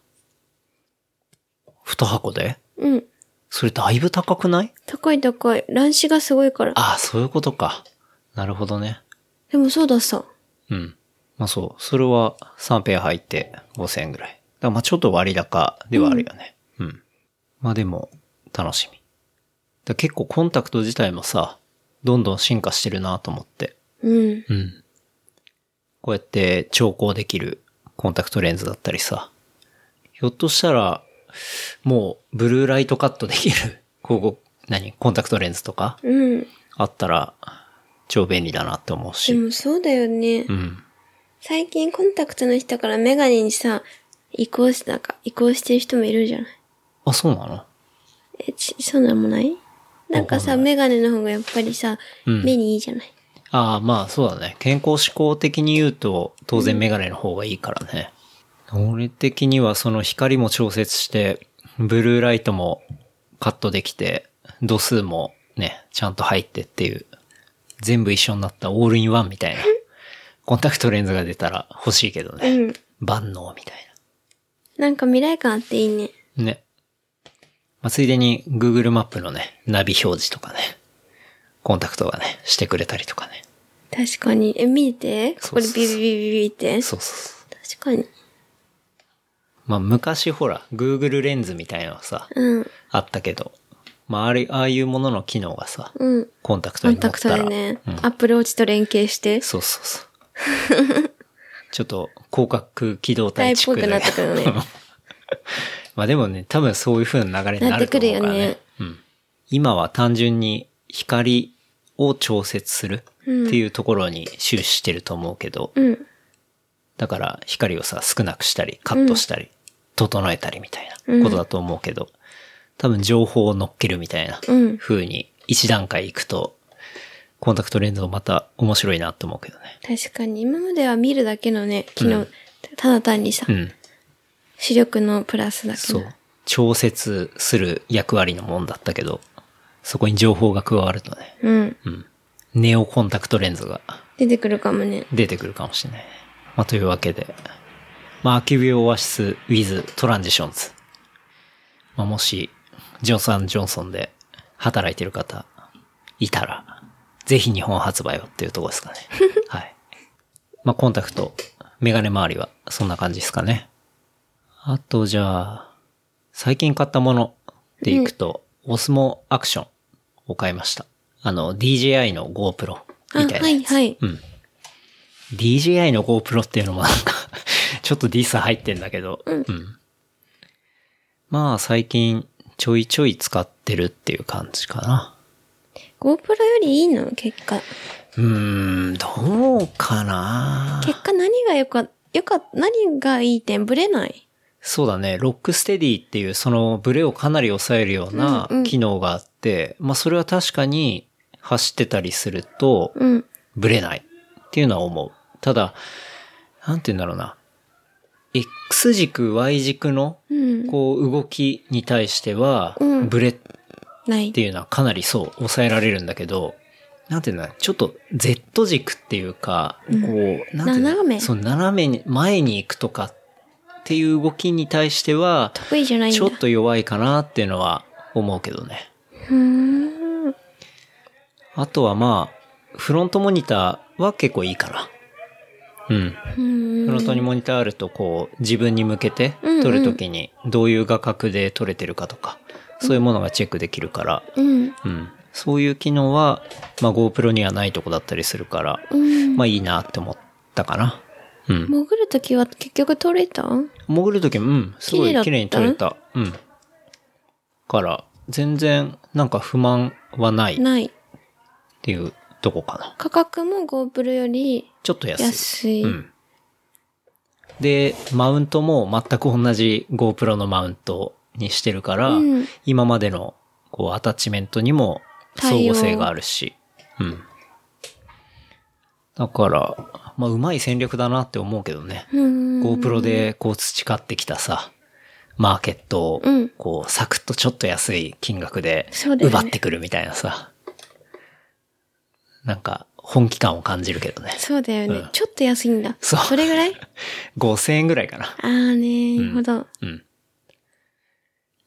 二箱で
うん。
それだいぶ高くない
高い高い。乱視がすごいから。
ああ、そういうことか。なるほどね。
でもそうださ。
うん。まあそう。それは3ペア入って5000円ぐらい。だからまあちょっと割高ではあるよね。うん。まあでも、楽しみ。だから結構コンタクト自体もさ、どんどん進化してるなと思って。
うん。
うん。こうやって調光できるコンタクトレンズだったりさ。ひょっとしたら、もう、ブルーライトカットできる、 ここ、何コンタクトレンズとか
うん。
あったら、超便利だなって思う
で
し。
もそうだよね。
うん。
最近コンタクトの人からメガネにさ、移行し、なんか移行してる人もいるじゃない
あ、そうなの
え、ち、そんなんもないなんかさ、メガネの方がやっぱりさ、
うん
目にいいじゃない
ああ、まあそうだね。健康志向的に言うと、当然メガネの方がいいからね。俺的にはその光も調節して、ブルーライトもカットできて、度数もね、ちゃんと入ってっていう、全部一緒になったオールインワンみたいな、コンタクトレンズが出たら欲しいけどね。
うん。
万能みたい
なんか未来感あっていいね。
な。ね。まあ、ついでに Google マップのね、ナビ表示とかね、コンタクトがね、してくれたりとかね。
確かに。え、見て。こ
そ
こ
う
で
そうそう
ビビビビビって。
そうそうそう。
確かに。
まあ昔ほら、Google レンズみたいなのさ、
うん。
あったけど、まああれ、ああいうものの機能がさ、
うん。
コンタクト
コ
に
ン
乗
タ
っ
クト
た
で
ら、
ね、アップルウォッチと連携して、
そうそうそう。ちょっと広角機動
タ
隊
イっ
チッ
ぽ
ク
くなってくるね。
まあでもね、多分そういう風な流れになると思うからね。
なって
うん、今は単純に光を調節するっていうところに終始してると思うけど、
うん。
だから光をさ、少なくしたり、カットしたり、整えたりみたいなことだと思うけど、多分情報を乗っけるみたいな
うん
風に一段階行くと、コンタクトレンズもまた面白いなと思うけどね。
確かに、今までは見るだけのね、機能、
うん
ただ単にさ、
うん。
視力のプラスだけ
そ
ど
う。調節する役割のもんだったけど、そこに情報が加わるとね、
うん。
うん。ネオコンタクトレンズが
出てくるかもね。
出てくるかもしれない。まあ、というわけで、まあ、アキビオオアシス with トランジションズ。まあ、もし、ジョンソン・ジョンソンで働いてる方、いたら、ぜひ日本発売をっていうところですかね。はい。まあ、コンタクト、メガネ周りは、そんな感じですかね。あと、じゃあ、最近買ったものでいくと、オスモアクションを買いました。あの、DJI の GoPro
あ、
みたいなやつ。
はいはい。
うん。DJI の GoPro っていうのもなんか、 ちょっとディス入ってんだけど、うん。まあ最近ちょいちょい使ってるっていう感じかな。
GoPro よりいいの結果。
うーん、どうかな
結果何がよか、よか、何がいい点ブレない
そうだね、ロックステディっていうそのブレをかなり抑えるような
うんうん
機能があって、まあそれは確かに走ってたりすると、
うん。
ブレないっていうのは思う。ただ、なんて言うんだろうな。X 軸、Y 軸の
うん。
こう動きに対しては
うん、
ブレっ
ない
て。いうのはかなりそう、抑えられるんだけど、なんていうんだろうちょっと Z 軸っていうか、こう、なんていうんだろう
斜め
そう、斜めに、前に行くとかっていう動きに対しては、
得意じゃないんだ。
ちょっと弱いかなっていうのは思うけどね。
うーん。
あとはまあ、フロントモニターは結構いいかな。うん。
うん。
フロントにモニターあると、こう、自分に向けて撮るときに、どういう画角で撮れてるかとか、そういうものがチェックできるから、
うん。
うん。そういう機能は、まあ GoPro にはないとこだったりするから、
うん。
まあいいなって思ったかな。うん。
潜るときは結局撮れた
潜るときも、うん、すご
綺麗だっ
い
た
綺麗に撮れた。うん。から、全然、なんか不満はないっ
ない。
ていうとこかな。
価格も GoPro より
ちょっと安い。
安い。
うん。で、マウントも全く同じ GoPro のマウントにしてるから、
うん
今までのこうアタッチメントにも相互性があるし、うん。だから、まあ、うまい戦略だなって思うけどね。
うん。
GoPro でこう培ってきたさ、マーケットを
うん、
こう、サクッとちょっと安い金額で
そうだよね
奪ってくるみたいなさ、なんか本気感を感じるけどね。
そうだよね、
うん
ちょっと安いんだ。
そう
それぐらい
5000円ぐらいかな。
ああね、なるほど。
うん。なん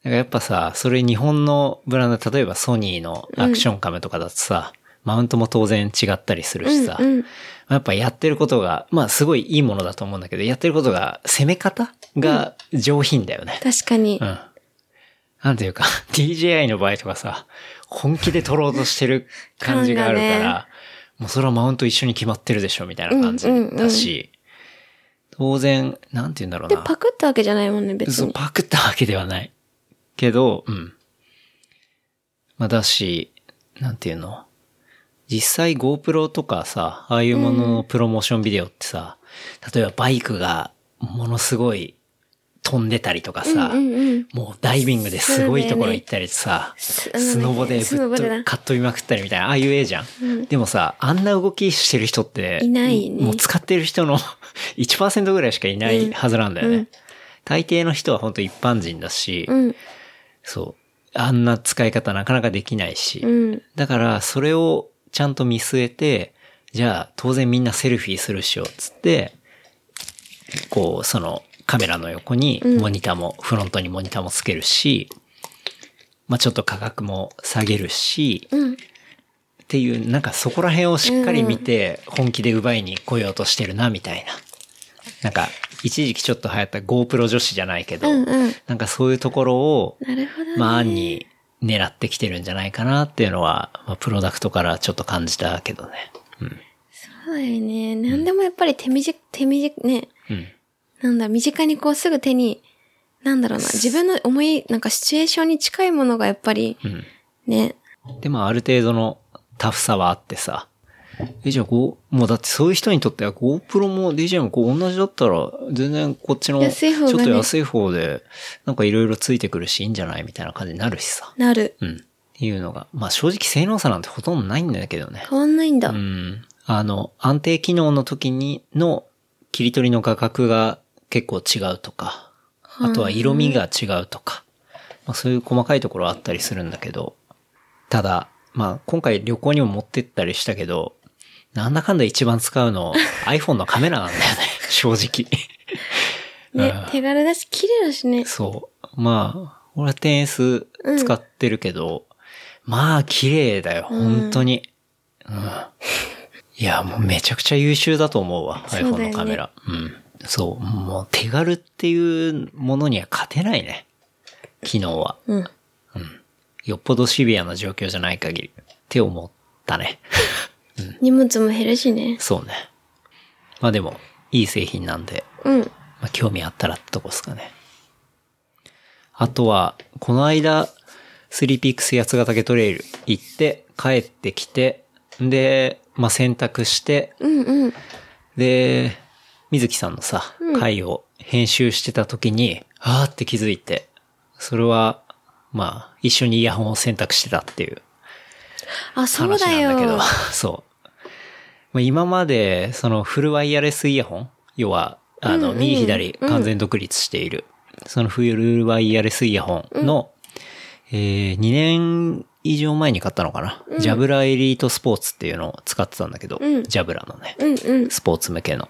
かやっぱさ、それ日本のブランド、例えばソニーのアクションカメとかだとさ、マウントも当然違ったりする
う
し
ん
さ、
うん。
やっぱやってることが、まあすごいいいものだと思うんだけど、やってることが、攻め方が上品だよね。
確かに
う。ん。なんていうか、DJI の場合とかさ、本気で撮ろうとしてる感じがあるか
感が
ら、もうそれはマウント一緒に決まってるでしょ、みたいな感じだし、当然、なんて言うんだろう
で、
な。
パクったわけじゃないもんね、別
そう、
に。
パクったわけではない。けど、うん。まあ、だし、なんていうの実際 GoPro とかさ、ああいうもののプロモーションビデオってさ、例えばバイクがものすごい飛んでたりとかさ、
うんうん。
もうダイビングですごいところ行ったりさ、
そうだよね
スノボでぶっ
スノボで
と
な
かっ飛びまくったりみたいな、ああいう絵じゃん。でもさ、あんな動きしてる人って、
いないね
もう使ってる人の1%ぐらいしかいないはずなんだよね。
うん
大抵の人は本当一般人だし、
うん。
そう。あんな使い方なかなかできないし、
うん。
だから、それをちゃんと見据えて、じゃあ、当然みんなセルフィーするっしょ、つって、こう、その、カメラの横に
うん
モニターも、フロントにモニターもつけるし、まあちょっと価格も下げるし、
うん。
っていう、なんかそこら辺をしっかり見て、本気で奪いに来ようとしてるな、みたいな。なんか、一時期ちょっと流行った GoPro 女子じゃないけど、
うんうん
なんかそういうところを、
なるほどね。
まあ、案に狙ってきてるんじゃないかなっていうのは、まあ、プロダクトからちょっと感じたけどね。
そうだよね。なんでもやっぱり手短、手短、ね。
うん。
なんだ、身近にこうすぐ手に、なんだろうな、自分の思い、なんかシチュエーションに近いものがやっぱり、ね。
で、まあ、ある程度のタフさはあってさ。え、じゃあ、こう、もうだってそういう人にとっては GoPro も DJ もこう同じだったら、全然こっちの、
安い方が
ち
ね
ょっと安い方で、なんかいろいろついてくるし、いいんじゃないみたいな感じになるしさ。
なる。
うん。っていうのが、まあ正直性能差なんてほとんどないんだけどね。
変わんないんだ。
うん。あの、安定機能の時にの切り取りの画角が結構違うとか、あとは色味が違うとか、まあ、そういう細かいところはあったりするんだけど、ただ、まあ今回旅行にも持ってったりしたけど、なんだかんだ一番使うの iPhone のカメラなんだよね、正直。
ね、手軽だし、綺麗だしね。
そう。まあ、俺は 10S 使ってるけど、まあ、綺麗だよ、本当に。うん。いや、もうめちゃくちゃ優秀だと思うわ、
そうだよ
iPhone
ね
のカメラ。うん。そう、もう手軽っていうものには勝てないね。機能は。
うん。
よっぽどシビアな状況じゃない限り。って思ったね。
荷物も減るしね。
そうね。まあでも、いい製品なんで、
うん。
まあ、興味あったらってとこですかね。あとは、この間、スリーピークス八ヶ岳トレイル行って、帰ってきて、で、まあ、洗濯して、
うんうん。
で、水木さんのさ、回を編集してた時に、あーって気づいて、それは、まあ、一緒にイヤホンを選択してたっていう
あ、そう
話
だ
なんだけど、
よ。
そう。まあ、今まで、そのフルワイヤレスイヤホン、要は、あの、右左完全独立している、そのフルワイヤレスイヤホンの、え2年以上前に買ったのかな、ジャブラエリートスポーツっていうのを使ってたんだけど、
ん
ジャブラのね、
うんうん。
スポーツ向けの。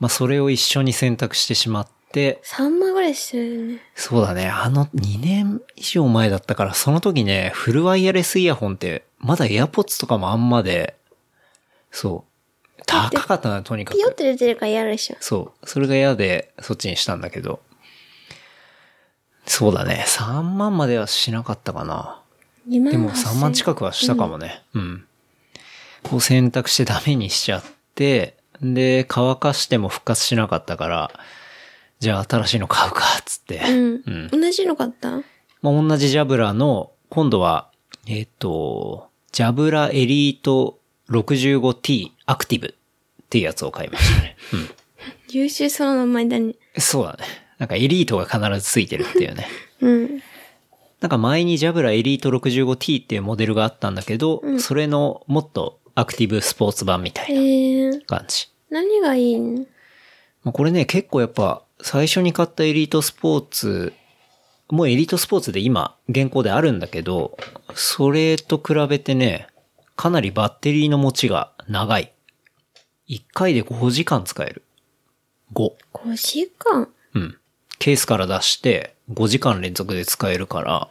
まあ、それを一緒に選択してしまって、
3万ぐらいしてるよね。
そうだね。あの、2年以上前だったから、その時ね、フルワイヤレスイヤホンって、まだ AirPods とかもあんまで、そう。高かったな、とにか
ピヨっ
く。
て出てるから嫌でしょ。
そう。それが嫌で、そっちにしたんだけど。そうだね。3万まではしなかったかな。
2万
でも3万近
く。
くはしたかもね。うん。こう選択してダメにしちゃって、で、乾かしても復活しなかったから、じゃあ新しいの買うか、っつって。
うん
うん。
同じの買った
まあ、同じジャブラの、今度は、えっ、と、ジャブラエリート 65T アクティブっていうやつを買いましたね。
優秀そうな名前だね。
そうだね。なんかエリートが必ずついてるっていうね。
うん。
なんか前にジャブラエリート 65T っていうモデルがあったんだけど、それのもっとアクティブスポーツ版みた
え
いな
ー、
感じ。
何がいいの
まあこれね、結構やっぱ最初に買ったエリートスポーツ、もうエリートスポーツで今、現行であるんだけど、それと比べてね、かなりバッテリーの持ちが長い。1回で5時間使える。5。
?5 時間。
うん。ケースから出して5時間連続で使えるから、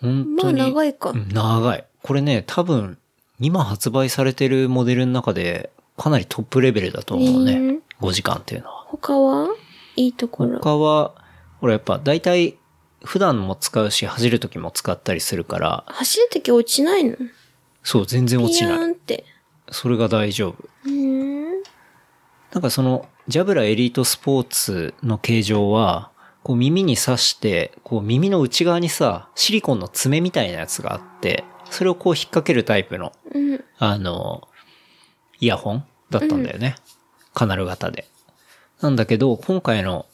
本
ま
当
あ
に。
長いか。
うん長い。これね、多分、今発売されてるモデルの中で、かなりトップレベルだと思う
へ
ね
ー。
5時間っていうのは。
他はいいところ。
他は、ほらやっぱ大体、普段も使うし、走る時も使ったりするから、
走るとき落ちないの
そう、全然落
ピ
ち
ヤ
ない。
ーンって。
それが大丈夫。
うーん。
なんかその、ジャブラエリートスポーツの形状は、こう耳に刺して、こう耳の内側にさ、シリコンの爪みたいなやつがあって、それをこう引っ掛けるタイプの
うん。
あの、イヤホンだったんだよね。カナル型で。なんだけど、今回の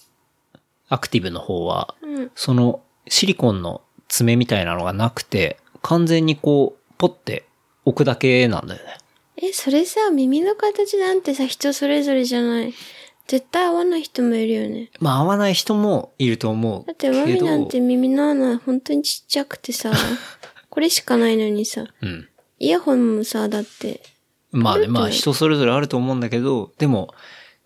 アクティブの方は、
うん。
そのシリコンの爪みたいなのがなくて、完全にこう、ポッて置くだけなんだよね。
え、それさ、耳の形なんてさ、人それぞれじゃない。絶対合わない人もいるよね。
まあ合わない人もいると思う
だっ
け
て、
ど。
ワミなんて耳の穴、本当にちっちゃく てさ、これしかないのにさ、
うん。
イヤホンもさ、だって、
まあね、
と思う
まあ人それぞれあると思うんだけど、でも、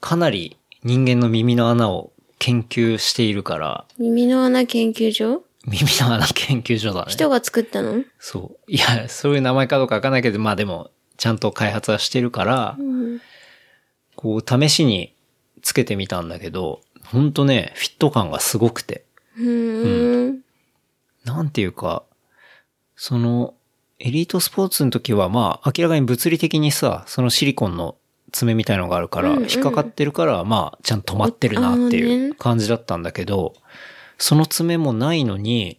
かなり人間の耳の穴を研究しているから、
耳の穴研究所
耳の穴研究所だね。
人が作ったの
そう。いや、そういう名前かどうかわかんないけど、まあでも、ちゃんと開発はしてるから、
うん。
こう、試しにつけてみたんだけど、ほんとね、フィット感がすごくて。
うーん。
なんていうか、その、エリートスポーツの時は、まあ、明らかに物理的にさ、そのシリコンの爪みたいのがあるから、
うんうん
引っかかってるから、まあ、ちゃんと止まってるなって
あの
い
ね
う感じだったんだけど、その爪もないのに、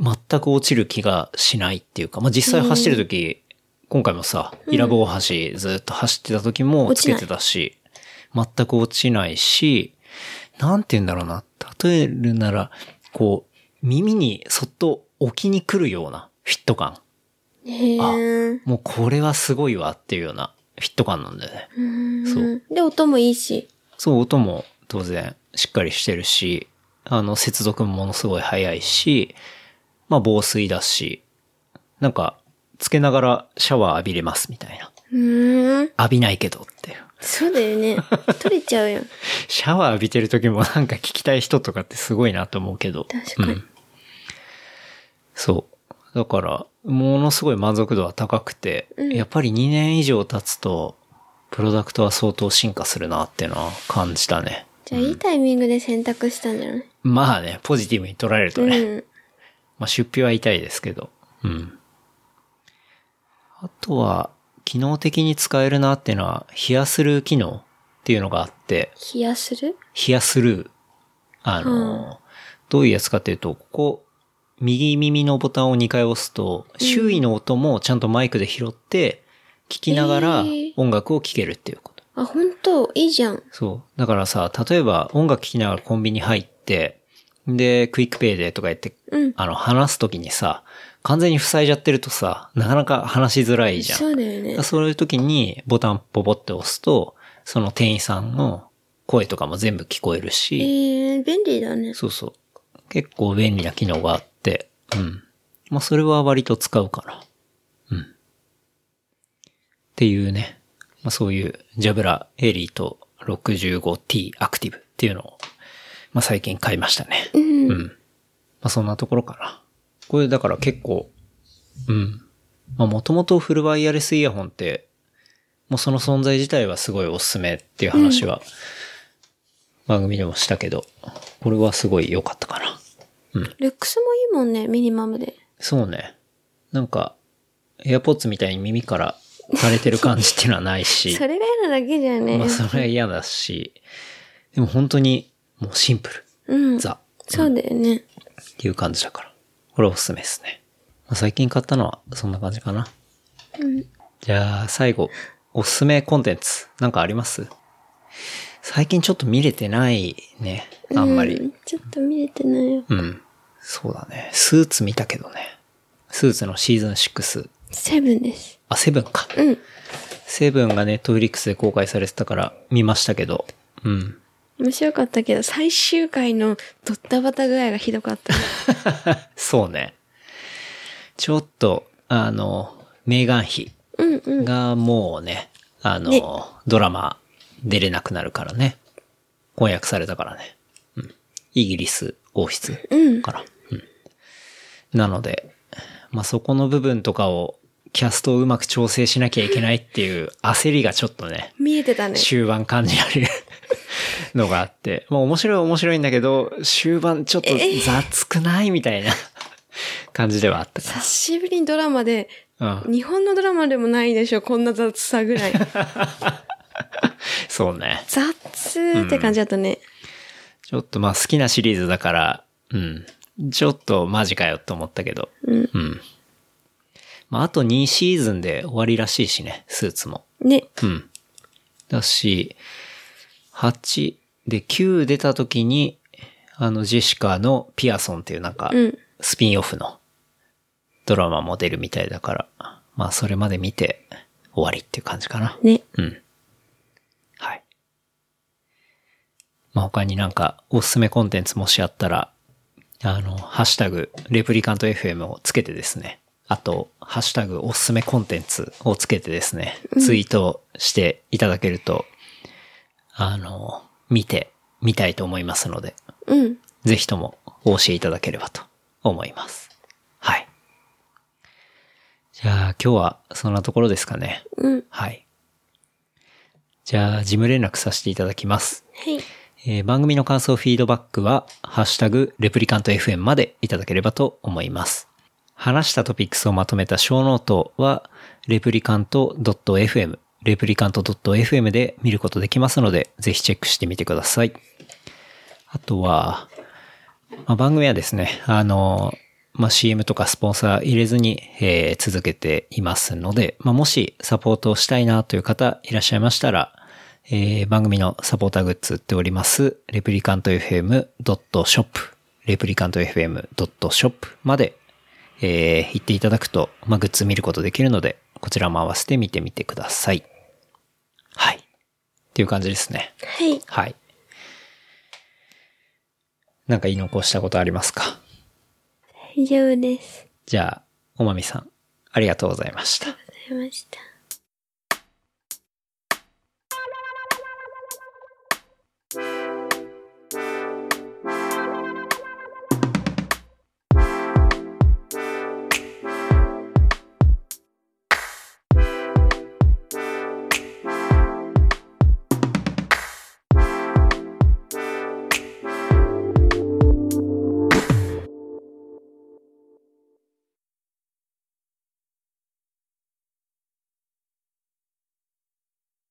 全く落ちる気がしないっていうか、まあ実際走る時、今回もさ、イラブ大橋ずっと走ってた時も
落
つ
ちな
け
い
てたし、全く落ちないし、なんて言うんだろうな。例えるなら、こう、耳にそっと沖に来るようなフィット感。
へえ。
もうこれはすごいわっていうようなフィット感なんだよね。
うん。で、音もいいし。
そう、音も当然しっかりしてるし、あの、接続もものすごい早いし、まあ防水だし、なんか、つけながらシャワー浴びれますみたいな。
うん。
浴びないけどっていう。
そう だよね。取れちゃうよ。
シャワー浴びてる時もなんか聞きたい人とかってすごいなと思うけど。
確かに。
うんそう。だから、ものすごい満足度は高くて、
うん
やっぱり2年以上経つと、プロダクトは相当進化するなっていうのは感じたね。
じゃあ、いいタイミングで選択したんじゃない
まあね、ポジティブに捉えるとね、
うん。
まあ出費は痛いですけど、うん。あとは、機能的に使えるなっていうのは、冷やする機能っていうのがあって、
冷やする
冷やする、あの、どういうやつかっていうと、ここ、右耳のボタンを2回押すと、周囲の音もちゃんとマイクで拾って、聞きながら
えー
音楽を聴けるっていうこと。
あ、ほんと、いいじゃん。
そう。だからさ、例えば音楽聴きながらコンビニ入って、で、クイックペイでとか言って、
うん。
あの、話すときにさ、完全に塞いじゃってるとさ、なかなか話しづらいじゃん。
そうだよね。
そういう時にボタンポポって押すと、その店員さんの声とかも全部聞こえる
え
し、
ー、便利だね。
そうそう。結構便利な機能があって、うん。まあ、それは割と使うかな。うん。っていうね。まあ、そういう、ジャブラエリート 65T アクティブっていうのを、まあ、最近買いましたね。うん。まあ、そんなところかな。これだから結構、うん。まあ、もともとフルワイヤレスイヤホンって、もうその存在自体はすごいおすすめっていう話は、番組でもしたけど、これはすごい良かったかな。
ルックスもいいもんね、ミニマムで。
そうね。なんか、AirPods みたいに耳から垂れてる感じっていうのはないし、
それが嫌なだけじゃね
まあ。それは嫌だし、でも本当にもうシンプ
うん
ル、。ザ
そうだよね。
っていう感じだから、これおすすめですね。まあ、最近買ったのはそんな感じかな。じゃあ最後、おすすめコンテンツなんかあります最近ちょっと見れてないね、あんまり。
うんちょっと見れてないよ。
うん。そうだね。スーツ見たけどね。スーツのシーズン6。
セブンです。
あ、セブンか。
うん。
セブンがネットフリックスで公開されてたから見ましたけど。うん。
面白かったけど、最終回のドッタバタ具合がひどか った。
そうね。ちょっと、あの、メーガン妃
うんうん。
がもうね、あの、
ね
ドラマ出れなくなるからね。婚約されたからね。うん。イギリス王室
うん
から。うん。なので、まあ、そこの部分とかを、キャストをうまく調整しなきゃいけないっていう焦りがちょっとね、
見えてたね。
終盤感じられる のがあって、まあ面白いは面白いんだけど、終盤ちょっと雑くないみた いな感じではあった
久しぶりにドラマで、
か。うん。
日本のドラマでもないでしょ、こんな雑さぐら い。
そうね。
雑って感じだったね。
ちょっとまあ好きなシリーズだから、うん。ちょっとマジかよと思ったけど。
うん。
うん。まああと2シーズンで終わりらしいしね、スーツも。
ね。
うん。だし、8で9出た時に、あのジェシカのピアソンっていうなんか
う、ん。
スピンオフのドラマも出るみたいだから、まあそれまで見て終わりっていう感じかな。
ね。
うん。はい。まあ、他になんか、おすすめコンテンツもしあったら、あの、ハッシュタグ、レプリカント FM をつけてですね。あと、ハッシュタグ、おすすめコンテンツをつけてですね、ツイートしていただけると、あの、見て、みたいと思いますので、
うん。
ぜひともお教えいただければと思います。はい。じゃあ、今日はそんなところですかね。
うん。
はい。じゃあ、事務連絡させていただきます。
はい。
えー番組の感想、フィードバックは、ハッシュタグ、レプリカント FM までいただければと思います。話したトピックスをまとめた小ノートは、レプリカント .fm、レプリカント .fm で見ることできますので、ぜひチェックしてみてください。あとは、まあ、番組はですね、あの、まあ、CM とかスポンサー入れずに、えー続けていますので、まあ、もしサポートをしたいなという方いらっしゃいましたら、えー番組のサポーターグッズ売っております、レプリカント FM.shop、レプリカント FM.shop まで、えー行っていただくと、まあ、グッズ見ることできるので、こちらも合わせて見てみてください。はい。っていう感じですね。
はい。
はい。なんか言い残したことありますか
以上です。
じゃあ、おまみさん、ありがとうございました。
ありがとうございました。